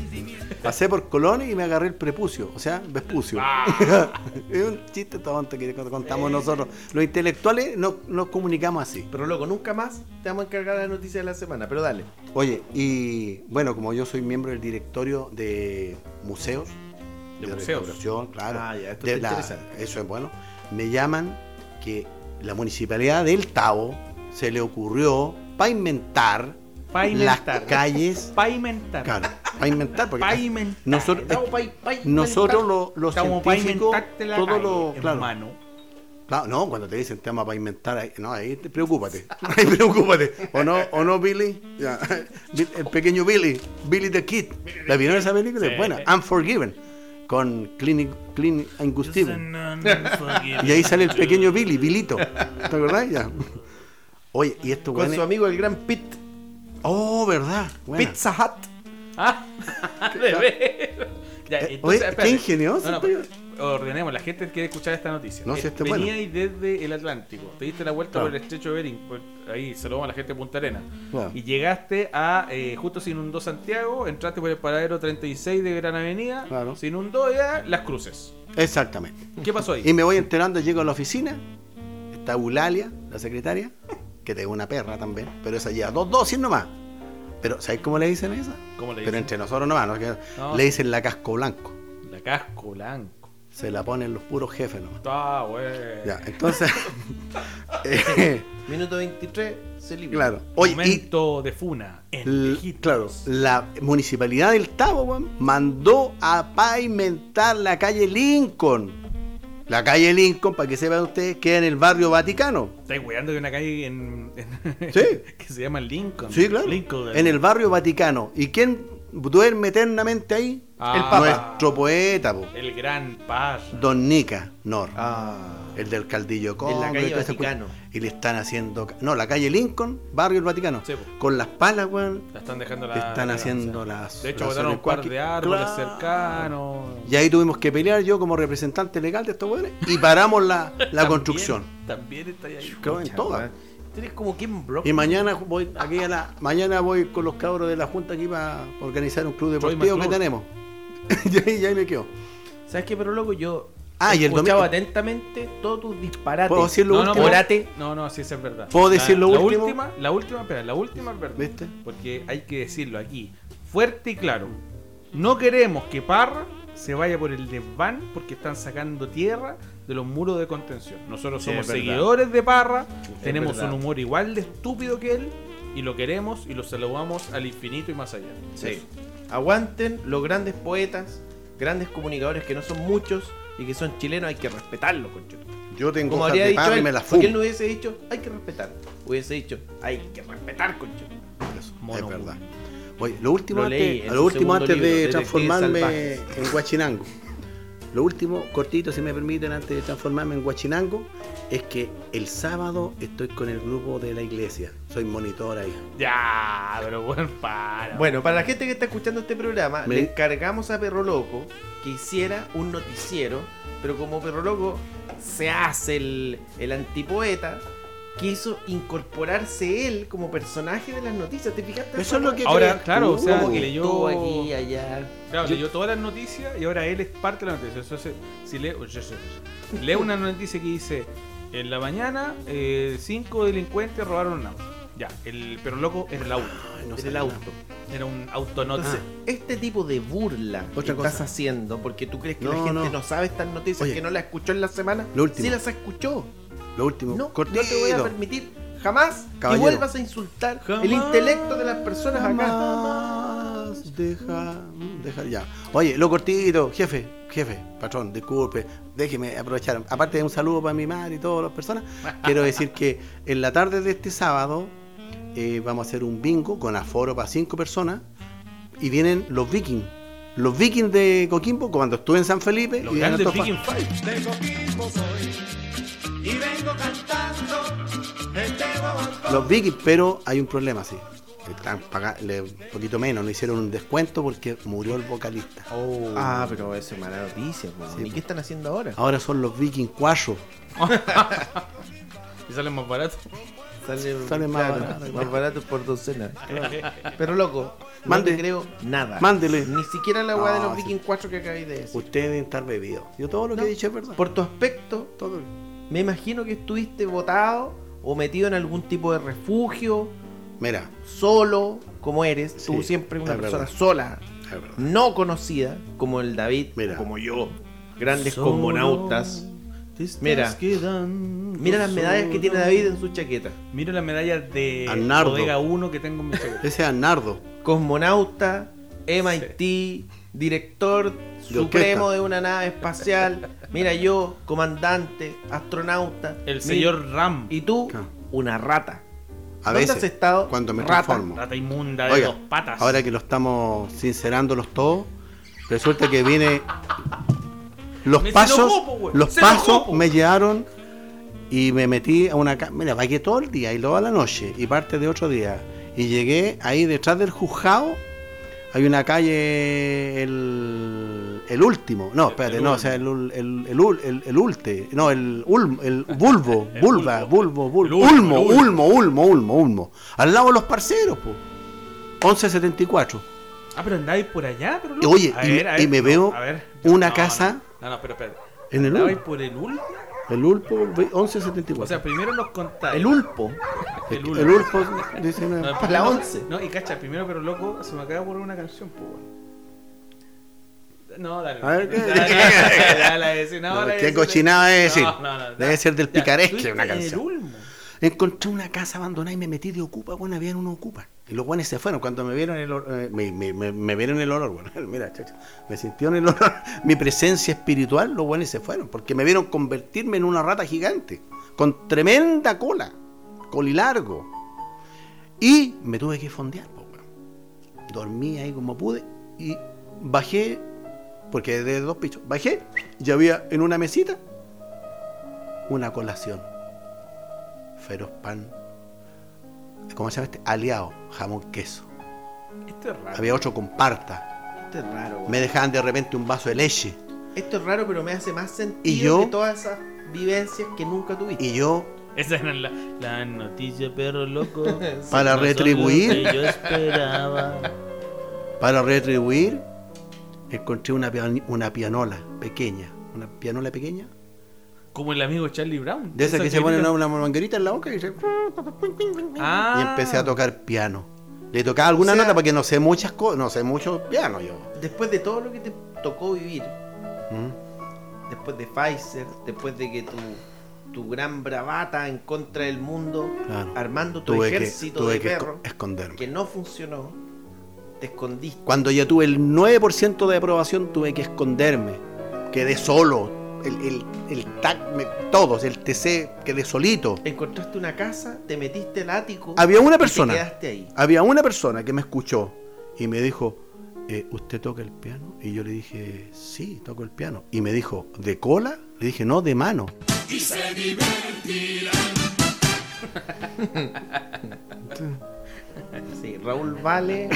Speaker 4: pasé por Colón y me agarré el prepucio, o sea, Vespucio.
Speaker 3: Ah.
Speaker 4: es un chiste tonto que contamos nosotros. Los intelectuales no- nos comunicamos así.
Speaker 3: Pero loco, nunca más te vamos a encargar la noticia de la semana. Pero dale.
Speaker 4: Oye, y bueno, como yo soy miembro del directorio de museos,
Speaker 2: De museos.
Speaker 4: restauración, claro,
Speaker 3: Ah, ya, esto
Speaker 4: de
Speaker 3: está
Speaker 4: la-
Speaker 3: interesante.
Speaker 4: eso es bueno, me llaman que la municipalidad del Tabo se le ocurrió pavimentar,
Speaker 2: Pavimentar.
Speaker 4: las calles,
Speaker 2: Pavimentar.
Speaker 4: claro, pavimentar, porque ah,
Speaker 2: Pavimentar.
Speaker 4: nosotros, eh,
Speaker 3: Estamos pa- pa-
Speaker 4: nosotros los, los
Speaker 2: Como
Speaker 4: científicos,
Speaker 2: pavimentarte la
Speaker 4: todos
Speaker 2: calle,
Speaker 4: los, claro,
Speaker 2: hermano.
Speaker 4: claro, no, cuando te dicen tema para inventar, ahí- no, ahí te- preocúpate, ahí preocúpate, o no, o no, Billy, Ya. Bill- el pequeño Billy, Billy the Kid, ¿la vieron esa película?
Speaker 2: Sí.
Speaker 4: Es buena, Unforgiven, con Clinic, Clinic and Gustavo. y ahí sale el pequeño Billy, Bilito, ¿te acordás? Ya. Oye, y esto,
Speaker 3: Con
Speaker 4: bueno,
Speaker 3: su amigo el gran Pit.
Speaker 4: oh, verdad, buena.
Speaker 3: Pizza Hut.
Speaker 2: Ah, de ver. Ya,
Speaker 4: Eh,
Speaker 2: entonces,
Speaker 4: oye,
Speaker 2: espérate.
Speaker 4: qué ingenioso,
Speaker 2: No, no,
Speaker 4: tío.
Speaker 2: ordenemos, la gente quiere escuchar esta noticia.
Speaker 4: No, si
Speaker 2: Eh,
Speaker 4: este es bueno.
Speaker 2: Venía ahí desde el Atlántico, te diste la vuelta
Speaker 4: Claro.
Speaker 2: por el estrecho de Bering, por- ahí saludamos a la gente de Punta Arena.
Speaker 4: Claro.
Speaker 2: Y llegaste a, eh, justo se inundó Santiago, entraste por el paradero 36 de Gran Avenida,
Speaker 4: Claro.
Speaker 2: se inundó ya Las Cruces.
Speaker 4: exactamente.
Speaker 2: ¿Qué pasó ahí?
Speaker 4: Y me voy enterando, llego a la oficina, está Eulalia, la secretaria, que tengo una perra también, pero esa lleva dos dosis nomás. Pero, ¿sabes cómo le dicen esa?
Speaker 2: ¿Cómo le
Speaker 4: Pero
Speaker 2: dicen?
Speaker 4: entre nosotros nomás, ¿no? Que
Speaker 2: No.
Speaker 4: le dicen la casco blanco.
Speaker 2: La casco blanco.
Speaker 4: Se la ponen los puros jefes nomás.
Speaker 2: Ah, güey.
Speaker 4: Ya, entonces. eh,
Speaker 3: Minuto 23, se libra.
Speaker 4: claro. Oye, y
Speaker 2: Momento de funa. En
Speaker 4: L-
Speaker 2: Lejitos.
Speaker 4: claro, la municipalidad del Tabo weón, mandó a pavimentar la calle Lincoln. La calle Lincoln, para que sepan ustedes, queda en el barrio Vaticano.
Speaker 2: Estáis weando de una calle en, en-
Speaker 4: Sí.
Speaker 2: que se llama Lincoln.
Speaker 4: Sí, claro.
Speaker 2: Lincoln.
Speaker 4: en el barrio Vaticano. ¿Y quién duerme eternamente ahí?
Speaker 2: Ah.
Speaker 4: el Papa. Nuestro poeta, po.
Speaker 2: El gran par.
Speaker 4: Don Nica Nor.
Speaker 3: Ah.
Speaker 4: el del Caldillo Congo.
Speaker 3: la calle
Speaker 4: y toda esa cuestión.
Speaker 3: Vaticano.
Speaker 4: Y le están haciendo. ca- No, la calle Lincoln, barrio del Vaticano.
Speaker 2: Sí, po.
Speaker 4: con las palas, weón.
Speaker 2: La están dejando la.
Speaker 4: Le están
Speaker 2: la-
Speaker 4: haciendo las.
Speaker 2: De hecho,
Speaker 4: las
Speaker 2: botaron un par de
Speaker 4: sobrecuáquicas.
Speaker 2: árboles
Speaker 4: Claro.
Speaker 2: cercanos.
Speaker 4: Y ahí tuvimos que pelear yo como representante legal de estos weones y paramos la, la
Speaker 2: También-
Speaker 4: construcción.
Speaker 2: También está ahí.
Speaker 4: Quedó en todas.
Speaker 3: Tú eres como Ken Brock.
Speaker 4: Y mañana voy aquí a la mañana voy con los cabros de la junta aquí para organizar un club deportivo que
Speaker 2: McClure.
Speaker 4: tenemos. y, ahí, y ahí me quedo.
Speaker 3: ¿Sabes qué, pero loco? Yo
Speaker 4: Ah,
Speaker 3: he
Speaker 4: y el
Speaker 3: escuchado
Speaker 4: domingo-
Speaker 3: atentamente todos tus disparates.
Speaker 4: ¿Puedo decir lo
Speaker 2: No, no,
Speaker 4: último?
Speaker 2: pero-
Speaker 3: Orate.
Speaker 2: No, no, sí, esa es verdad.
Speaker 4: ¿Puedo
Speaker 2: La-
Speaker 4: decir lo
Speaker 2: la
Speaker 4: último?
Speaker 2: última? La última, espera, la última es verdad.
Speaker 4: ¿Viste?
Speaker 2: Porque hay que decirlo aquí, fuerte y claro. No queremos que Parra se vaya por el desván porque están sacando tierra de los muros de contención. Nosotros
Speaker 3: Sí,
Speaker 2: somos
Speaker 3: es verdad.
Speaker 2: seguidores de Parra,
Speaker 3: Es
Speaker 2: tenemos
Speaker 3: verdad.
Speaker 2: un humor igual de estúpido que él y lo queremos y lo saludamos al infinito y más allá.
Speaker 3: Sí. Aguanten los grandes poetas, grandes comunicadores que no son muchos y que son chilenos, hay que respetarlos, concho.
Speaker 4: Yo tengo
Speaker 3: Como
Speaker 4: hojas
Speaker 3: habría
Speaker 4: de
Speaker 3: dicho
Speaker 4: parra y
Speaker 3: él,
Speaker 4: me las fumo.
Speaker 3: porque él no hubiese dicho, hay que respetar. Hubiese dicho, hay que respetar, concho.
Speaker 4: Eso,
Speaker 2: Mono.
Speaker 4: es verdad. Oye, lo último
Speaker 3: Lo
Speaker 4: antes,
Speaker 3: leí en
Speaker 4: a
Speaker 3: su
Speaker 4: lo último
Speaker 3: segundo
Speaker 4: antes
Speaker 3: libro,
Speaker 4: de
Speaker 3: Detectives
Speaker 4: transformarme
Speaker 3: Salvajes.
Speaker 4: en Guachinango. Lo último, cortito, si me permiten, antes de transformarme en Guachinango, es que el sábado estoy con el grupo de la iglesia. Soy monitor ahí.
Speaker 2: Ya, pero bueno, para.
Speaker 3: Bueno, para la gente que está escuchando este programa,
Speaker 4: Me-
Speaker 3: le encargamos a Perro Loco que hiciera un noticiero, pero como Perro Loco se hace el, el antipoeta, quiso incorporarse él como personaje de las noticias. ¿Te fijaste?
Speaker 4: Eso es lo que
Speaker 2: Ahora,
Speaker 4: crees
Speaker 2: claro,
Speaker 4: tú?
Speaker 2: o sea,
Speaker 3: Ah, Como que
Speaker 2: leyó-
Speaker 3: estuvo aquí, allá.
Speaker 2: Claro, leyó todas las noticias y ahora él es parte de las noticias. Entonces, si lee, oye, oye, oye, lee una noticia que dice: En la mañana, eh, cinco delincuentes robaron un auto. Ya, el pero loco era el auto.
Speaker 4: Ay, no
Speaker 3: en
Speaker 4: sé
Speaker 3: el
Speaker 4: nada.
Speaker 3: auto.
Speaker 2: Era un auto no
Speaker 3: Ah, Entonces, este tipo de burla que
Speaker 4: Ah. Otra
Speaker 3: estás
Speaker 4: cosa.
Speaker 3: haciendo, porque tú crees que la
Speaker 4: No,
Speaker 3: gente no,
Speaker 4: no.
Speaker 3: sabe estas noticias,
Speaker 4: Oye,
Speaker 3: que no las escuchó en la semana,
Speaker 4: lo último.
Speaker 3: sí las escuchó.
Speaker 4: Lo último,
Speaker 3: No,
Speaker 4: cortito.
Speaker 3: no te voy a permitir jamás que
Speaker 4: Caballero.
Speaker 3: vuelvas a insultar el intelecto de las personas
Speaker 4: Jamás deja, dejar ya. Oye, lo cortito, jefe, jefe, patrón, disculpe, déjeme aprovechar. Aparte de un saludo para mi madre y todas las personas, quiero decir que en la tarde de este sábado eh, vamos a hacer un bingo con aforo para cinco personas y vienen los vikings. Los vikings de Coquimbo, cuando estuve en San Felipe,
Speaker 2: Los
Speaker 4: y en
Speaker 2: grandes
Speaker 4: Antofagasta.
Speaker 2: Viking Five.
Speaker 6: De Coquimbo soy y vengo cantando este guaguancó.
Speaker 4: Los Vikings, pero hay un problema, sí. Están paga- le- un poquito menos, no hicieron un descuento porque murió el vocalista.
Speaker 2: Oh.
Speaker 3: acá. Ah, pero eso es mala noticia. po.
Speaker 4: Sí,
Speaker 3: ¿Y
Speaker 4: po.
Speaker 3: qué están haciendo ahora?
Speaker 4: Ahora son los Vikings 4.
Speaker 2: Y salen más barato.
Speaker 3: Sale,
Speaker 4: Sale más
Speaker 3: claro,
Speaker 4: barato.
Speaker 3: más barato por docena. Pero loco,
Speaker 4: Mande.
Speaker 3: no te creo nada.
Speaker 4: Mándele.
Speaker 3: Ni siquiera la weá de
Speaker 4: No,
Speaker 3: los
Speaker 4: sí.
Speaker 3: Viking 4 que acabáis de decir.
Speaker 4: Ustedes deben estar bebidos. Yo todo lo
Speaker 3: No,
Speaker 4: que he dicho es verdad.
Speaker 3: Por tu aspecto,
Speaker 4: todo.
Speaker 3: me imagino que estuviste votado o metido en algún tipo de refugio,
Speaker 4: Mira,
Speaker 3: solo como eres. Tú
Speaker 4: Sí,
Speaker 3: siempre una
Speaker 4: es
Speaker 3: persona
Speaker 4: verdad.
Speaker 3: sola,
Speaker 4: es verdad.
Speaker 3: no conocida, como el David,
Speaker 4: Mira.
Speaker 3: como yo. Grandes cosmonautas. Mira. Mira
Speaker 2: mira
Speaker 3: las medallas que tiene David en su chaqueta.
Speaker 2: Mira las medallas de
Speaker 4: Arnardo.
Speaker 2: Bodega 1 que tengo en mi chaqueta.
Speaker 4: Ese es Arnardo.
Speaker 3: Cosmonauta, MIT, director supremo
Speaker 4: orquesta.
Speaker 3: de una nave espacial. Mira yo, comandante, astronauta. Mi-
Speaker 2: El señor Ram.
Speaker 3: Y tú,
Speaker 4: Claro.
Speaker 3: una rata.
Speaker 4: A
Speaker 3: ¿Dónde
Speaker 4: veces,
Speaker 3: has estado?
Speaker 4: cuando me
Speaker 3: Rata.
Speaker 4: transformo.
Speaker 2: Rata inmunda de
Speaker 4: Oiga,
Speaker 2: dos patas.
Speaker 4: ahora que lo estamos sincerándolos todos, resulta que viene. Los
Speaker 2: Me se
Speaker 4: pasos,
Speaker 2: enojó, po, weón.
Speaker 4: los
Speaker 2: Se enojó,
Speaker 4: pasos
Speaker 2: po.
Speaker 4: me llevaron y me metí a una cama. Mira, vaqué todo el día y luego a la noche y parte de otro día. Y llegué ahí detrás del juzgado. Hay una calle, el, el último. No, espérate,
Speaker 2: el
Speaker 4: no,
Speaker 2: Ulmo.
Speaker 4: o sea, el, ul- el, el, ul- el, el ulte. No, el, ulm, el bulbo, vulva, bulbo, bulbo.
Speaker 2: El Ulmo,
Speaker 4: Ulmo,
Speaker 2: el
Speaker 4: ulmo, ulmo, ulmo, ulmo. Al lado de los parceros, pues. 1174.
Speaker 2: Ah, pero andáis por allá, pero
Speaker 4: Y oye, y me- y me veo una casa-
Speaker 2: No, no, pero espera.
Speaker 4: En el
Speaker 2: ¿Andabais
Speaker 4: Ulmo.
Speaker 2: por el Ulmo?
Speaker 4: El Ulpo, ve- 1174.
Speaker 2: O sea, primero nos contáis.
Speaker 3: El ulpo.
Speaker 2: el
Speaker 4: el,
Speaker 2: Ulmo.
Speaker 4: Ulpo, dice
Speaker 2: No,
Speaker 4: una-
Speaker 2: primero-
Speaker 3: la once.
Speaker 2: No, y cacha, primero, pero loco, se me acaba de ocurrir una canción, pues, weón. No, dale.
Speaker 4: A ver, ¿qué?
Speaker 2: Dale, dale, dale, dale,
Speaker 4: No,
Speaker 2: no, dale,
Speaker 4: qué
Speaker 2: ese-
Speaker 4: cochinada es decir. Debe ser del
Speaker 2: Ya,
Speaker 4: picaresque
Speaker 2: estuviste
Speaker 4: una
Speaker 2: en el
Speaker 4: canción.
Speaker 2: Ulmo.
Speaker 4: Encontré una casa abandonada y me metí de ocupa, bueno, había uno ocupa. Y los guanes se fueron. Cuando me vieron el olor, eh, me, me- me- me vieron el olor, bueno, mira, chacho, me sintieron el olor, mi presencia espiritual, los guanes se fueron, porque me vieron convertirme en una rata gigante, con tremenda cola, colilargo. Y me tuve que fondear, po, weón. Dormí ahí como pude y bajé, porque de dos pichos, bajé y había en una mesita una colación. Feroz pan. ¿Cómo se llama este? Aliado, jamón queso.
Speaker 2: Esto es raro.
Speaker 4: Había otro con parta.
Speaker 3: Esto es raro, weón.
Speaker 4: Me dejaban de repente un vaso de leche.
Speaker 3: Esto es raro, pero me hace más sentido
Speaker 4: ¿Y yo?
Speaker 3: que todas esas vivencias que nunca tuviste.
Speaker 4: Y yo,
Speaker 2: Esa era la, la noticia, perro loco.
Speaker 4: para retribuir,
Speaker 2: yo esperaba.
Speaker 4: para retribuir, encontré una, pian- una pianola pequeña. Una pianola pequeña.
Speaker 2: Como el amigo Charlie Brown.
Speaker 4: De esas que se
Speaker 2: tiene-
Speaker 4: pone una, una manguerita en la boca y se-
Speaker 2: Ah,
Speaker 4: y empecé a tocar piano. Le tocaba alguna
Speaker 3: O sea-
Speaker 4: nota porque no sé muchas cosas, no sé mucho piano yo.
Speaker 3: Después de todo lo que te tocó vivir,
Speaker 4: ¿Mm?
Speaker 3: después de Pfizer, después de que tu, tu gran bravata en contra del mundo,
Speaker 4: Claro.
Speaker 3: armando tu
Speaker 4: Tuve que,
Speaker 3: ejército
Speaker 4: tuve
Speaker 3: de
Speaker 4: que
Speaker 3: perros,
Speaker 4: esco- esconderme.
Speaker 3: que no funcionó, te escondiste.
Speaker 4: Cuando ya tuve el 9% de aprobación, tuve que esconderme. Quedé solo. El, el, el TAC, me- todos, el TC, quedé solito.
Speaker 3: Encontraste una casa, te metiste al ático.
Speaker 4: Había una
Speaker 3: y te
Speaker 4: persona.
Speaker 3: quedaste ahí.
Speaker 4: Había una persona que me escuchó y me dijo, eh, ¿usted toca el piano? Y yo le dije, sí, toco el piano. Y me dijo, ¿de cola? Le dije, no, de mano.
Speaker 3: Sí, Raúl Vale,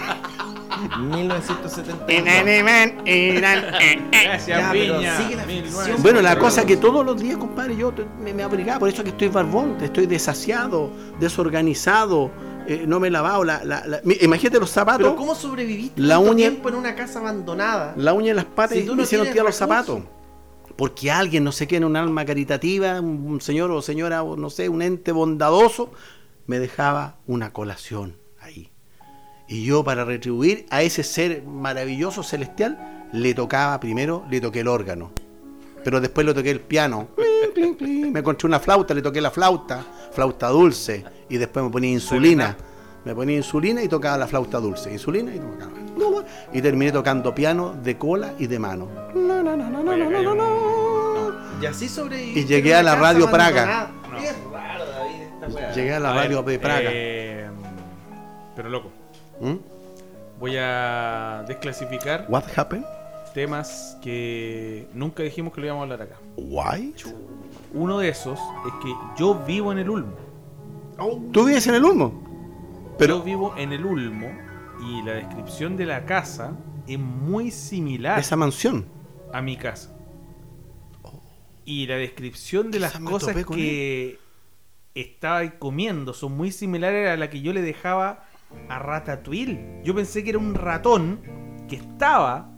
Speaker 3: 1970.
Speaker 2: gracias,
Speaker 3: Ya, pero
Speaker 2: Viña.
Speaker 3: sigue la
Speaker 2: 1900.
Speaker 3: ficción.
Speaker 4: Bueno, la cosa que todos los días, compadre, yo te- me, me abrigaba, por eso que estoy barbón, estoy desasiado, desorganizado, eh, no me he lavado. La, la- la- mi- imagínate los zapatos,
Speaker 3: Pero ¿cómo sobreviviste
Speaker 4: La
Speaker 3: tanto
Speaker 4: uña-
Speaker 3: tiempo en una casa abandonada?
Speaker 4: la uña en las patas
Speaker 3: Si
Speaker 4: y
Speaker 3: tú
Speaker 4: me
Speaker 3: no
Speaker 4: hicieron
Speaker 3: tienes
Speaker 4: tirar los
Speaker 3: recursos.
Speaker 4: zapatos. Porque alguien, no sé quién, un alma caritativa, un un señor o señora, o no sé, un ente bondadoso, me dejaba una colación ahí. Y yo, para retribuir a ese ser maravilloso celestial, le tocaba primero, le toqué el órgano. Pero después le toqué el piano. Clink, clink, clink. Me encontré una flauta, le toqué la flauta, flauta dulce. Y después me ponía insulina. Me ponía insulina y tocaba la flauta dulce. Insulina y tocaba. Y terminé tocando piano de cola y de mano. No, no, no, no, no, no, no, no.
Speaker 3: Y así sobreviviste.
Speaker 4: Y llegué
Speaker 3: en
Speaker 4: a la
Speaker 3: una
Speaker 4: radio
Speaker 3: casa
Speaker 4: Praga.
Speaker 3: abandonada. Es raro, David, esta weá.
Speaker 4: Llegué a la
Speaker 2: A
Speaker 4: radio
Speaker 2: ver,
Speaker 4: de Praga.
Speaker 2: eh, pero loco,
Speaker 4: ¿Mm?
Speaker 2: voy a desclasificar
Speaker 4: What happened?
Speaker 2: temas que nunca dijimos que lo íbamos a hablar acá.
Speaker 4: Why?
Speaker 2: Uno de esos es que yo vivo en el Ulmo.
Speaker 4: ¿Tú vives en el humo? Pero-
Speaker 2: yo vivo en el Ulmo y la descripción de la casa es muy similar
Speaker 4: Esa mansión.
Speaker 2: a mi casa.
Speaker 3: Oh.
Speaker 2: Y la descripción de
Speaker 4: Quizás
Speaker 2: las
Speaker 4: me
Speaker 2: cosas
Speaker 4: topé con
Speaker 2: que estaba comiendo son muy similares a la que yo le dejaba a Ratatouille. Yo pensé que era un ratón que estaba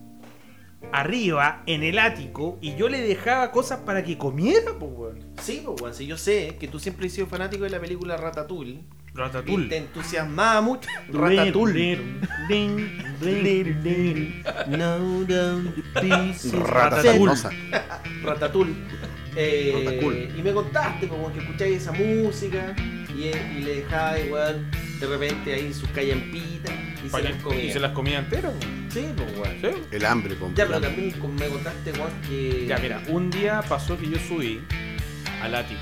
Speaker 2: arriba en el ático y yo le dejaba cosas para que comiera, pues, weón.
Speaker 3: Sí, pues, weón, si yo sé que tú siempre has sido fanático de la película Ratatouille. Y te
Speaker 2: Ratatouille.
Speaker 3: entusiasmaba mucho. Ratatouille.
Speaker 2: Ding, ding, ding.
Speaker 3: No, no, this is
Speaker 4: Rata
Speaker 3: Ratatouille.
Speaker 4: sarnosa.
Speaker 3: Ratatouille. Eh,
Speaker 4: Ratacool.
Speaker 3: Y me contaste, pues, weón, que escucháis esa música y, eh, y le dejaba igual de repente ahí sus callampitas y se
Speaker 2: Pa' que-
Speaker 3: las comía.
Speaker 2: Y se las comía enteras. weón.
Speaker 3: Sí, pues, weón.
Speaker 2: Sí.
Speaker 4: El hambre, compadre.
Speaker 3: Ya, pero también con- me contaste, weón, que.
Speaker 2: Ya, mira, un día pasó que yo subí al ático.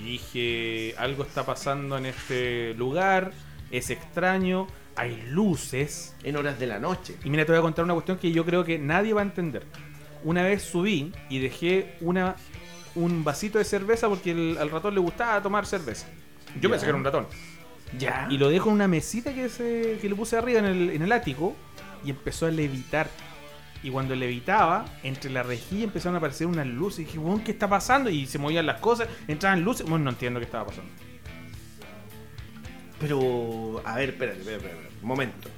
Speaker 2: Y dije, algo está pasando en este lugar, es extraño, hay luces.
Speaker 3: En horas de la noche.
Speaker 2: Y mira, te voy a contar una cuestión que yo creo que nadie va a entender. Una vez subí y dejé una, un vasito de cerveza porque el- al ratón le gustaba tomar cerveza. Yo pensé que era un ratón.
Speaker 3: Ya.
Speaker 2: Y lo dejo en una mesita que, se, que le puse arriba en el, en el ático y empezó a levitar. Y cuando levitaba, entre la rejilla empezaron a aparecer unas luces. Y dije, "Weón, ¿qué está pasando? Y se movían las cosas, entraban luces. Bueno, no entiendo qué estaba pasando.
Speaker 3: Pero, a ver, espérate, espérate, espérate, espérate, un momento.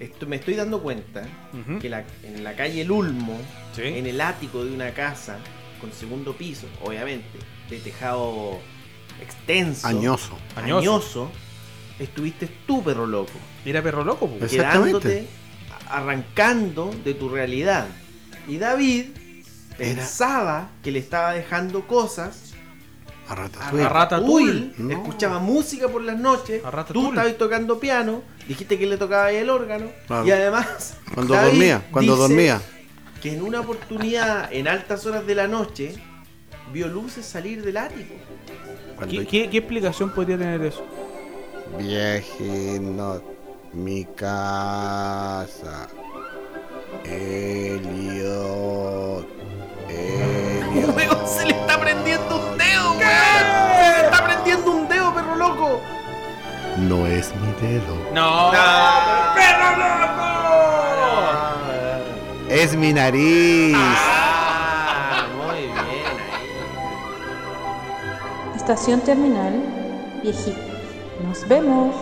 Speaker 3: Esto- me estoy dando cuenta
Speaker 2: Ujú.
Speaker 3: que la- en la calle El Ulmo,
Speaker 2: Sí.
Speaker 3: en el ático de una casa con segundo piso, obviamente, de tejado extenso,
Speaker 4: Añoso.
Speaker 2: Añoso.
Speaker 3: añoso, estuviste tú, perro loco,
Speaker 2: Era perro loco, po.
Speaker 4: Es-
Speaker 3: quedándote, a- arrancando de tu realidad. Y David
Speaker 4: Era-
Speaker 3: pensaba que le estaba dejando cosas
Speaker 4: A rata.
Speaker 2: A Ratatouille.
Speaker 3: Ratatouille,
Speaker 4: No.
Speaker 3: Escuchaba música por las noches.
Speaker 2: A Ratatouille.
Speaker 3: Tú estabas tocando piano. Dijiste que le tocaba ahí el órgano.
Speaker 4: Claro.
Speaker 3: Y además.
Speaker 4: Cuando
Speaker 3: David
Speaker 4: dormía, cuando
Speaker 3: dice
Speaker 4: dormía.
Speaker 3: Que en una oportunidad, en altas horas de la noche, vio luces salir del ático.
Speaker 4: Cuando
Speaker 2: ¿Qué, qué, qué explicación podría tener eso?
Speaker 4: Viejino, mi casa. Elliot, Elliot.
Speaker 1: miedo.
Speaker 4: Oh.
Speaker 3: Weón, se le está prendiendo un dedo, weón. Se le está prendiendo un dedo, perro loco.
Speaker 4: No es mi dedo.
Speaker 2: No. ¡Perro loco!
Speaker 4: Es mi nariz.
Speaker 3: Ah, muy bien ahí.
Speaker 7: Estación terminal, viejito. Nos vemos.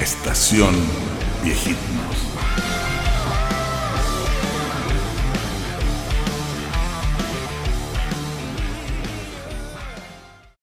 Speaker 1: Estación Viejitnos.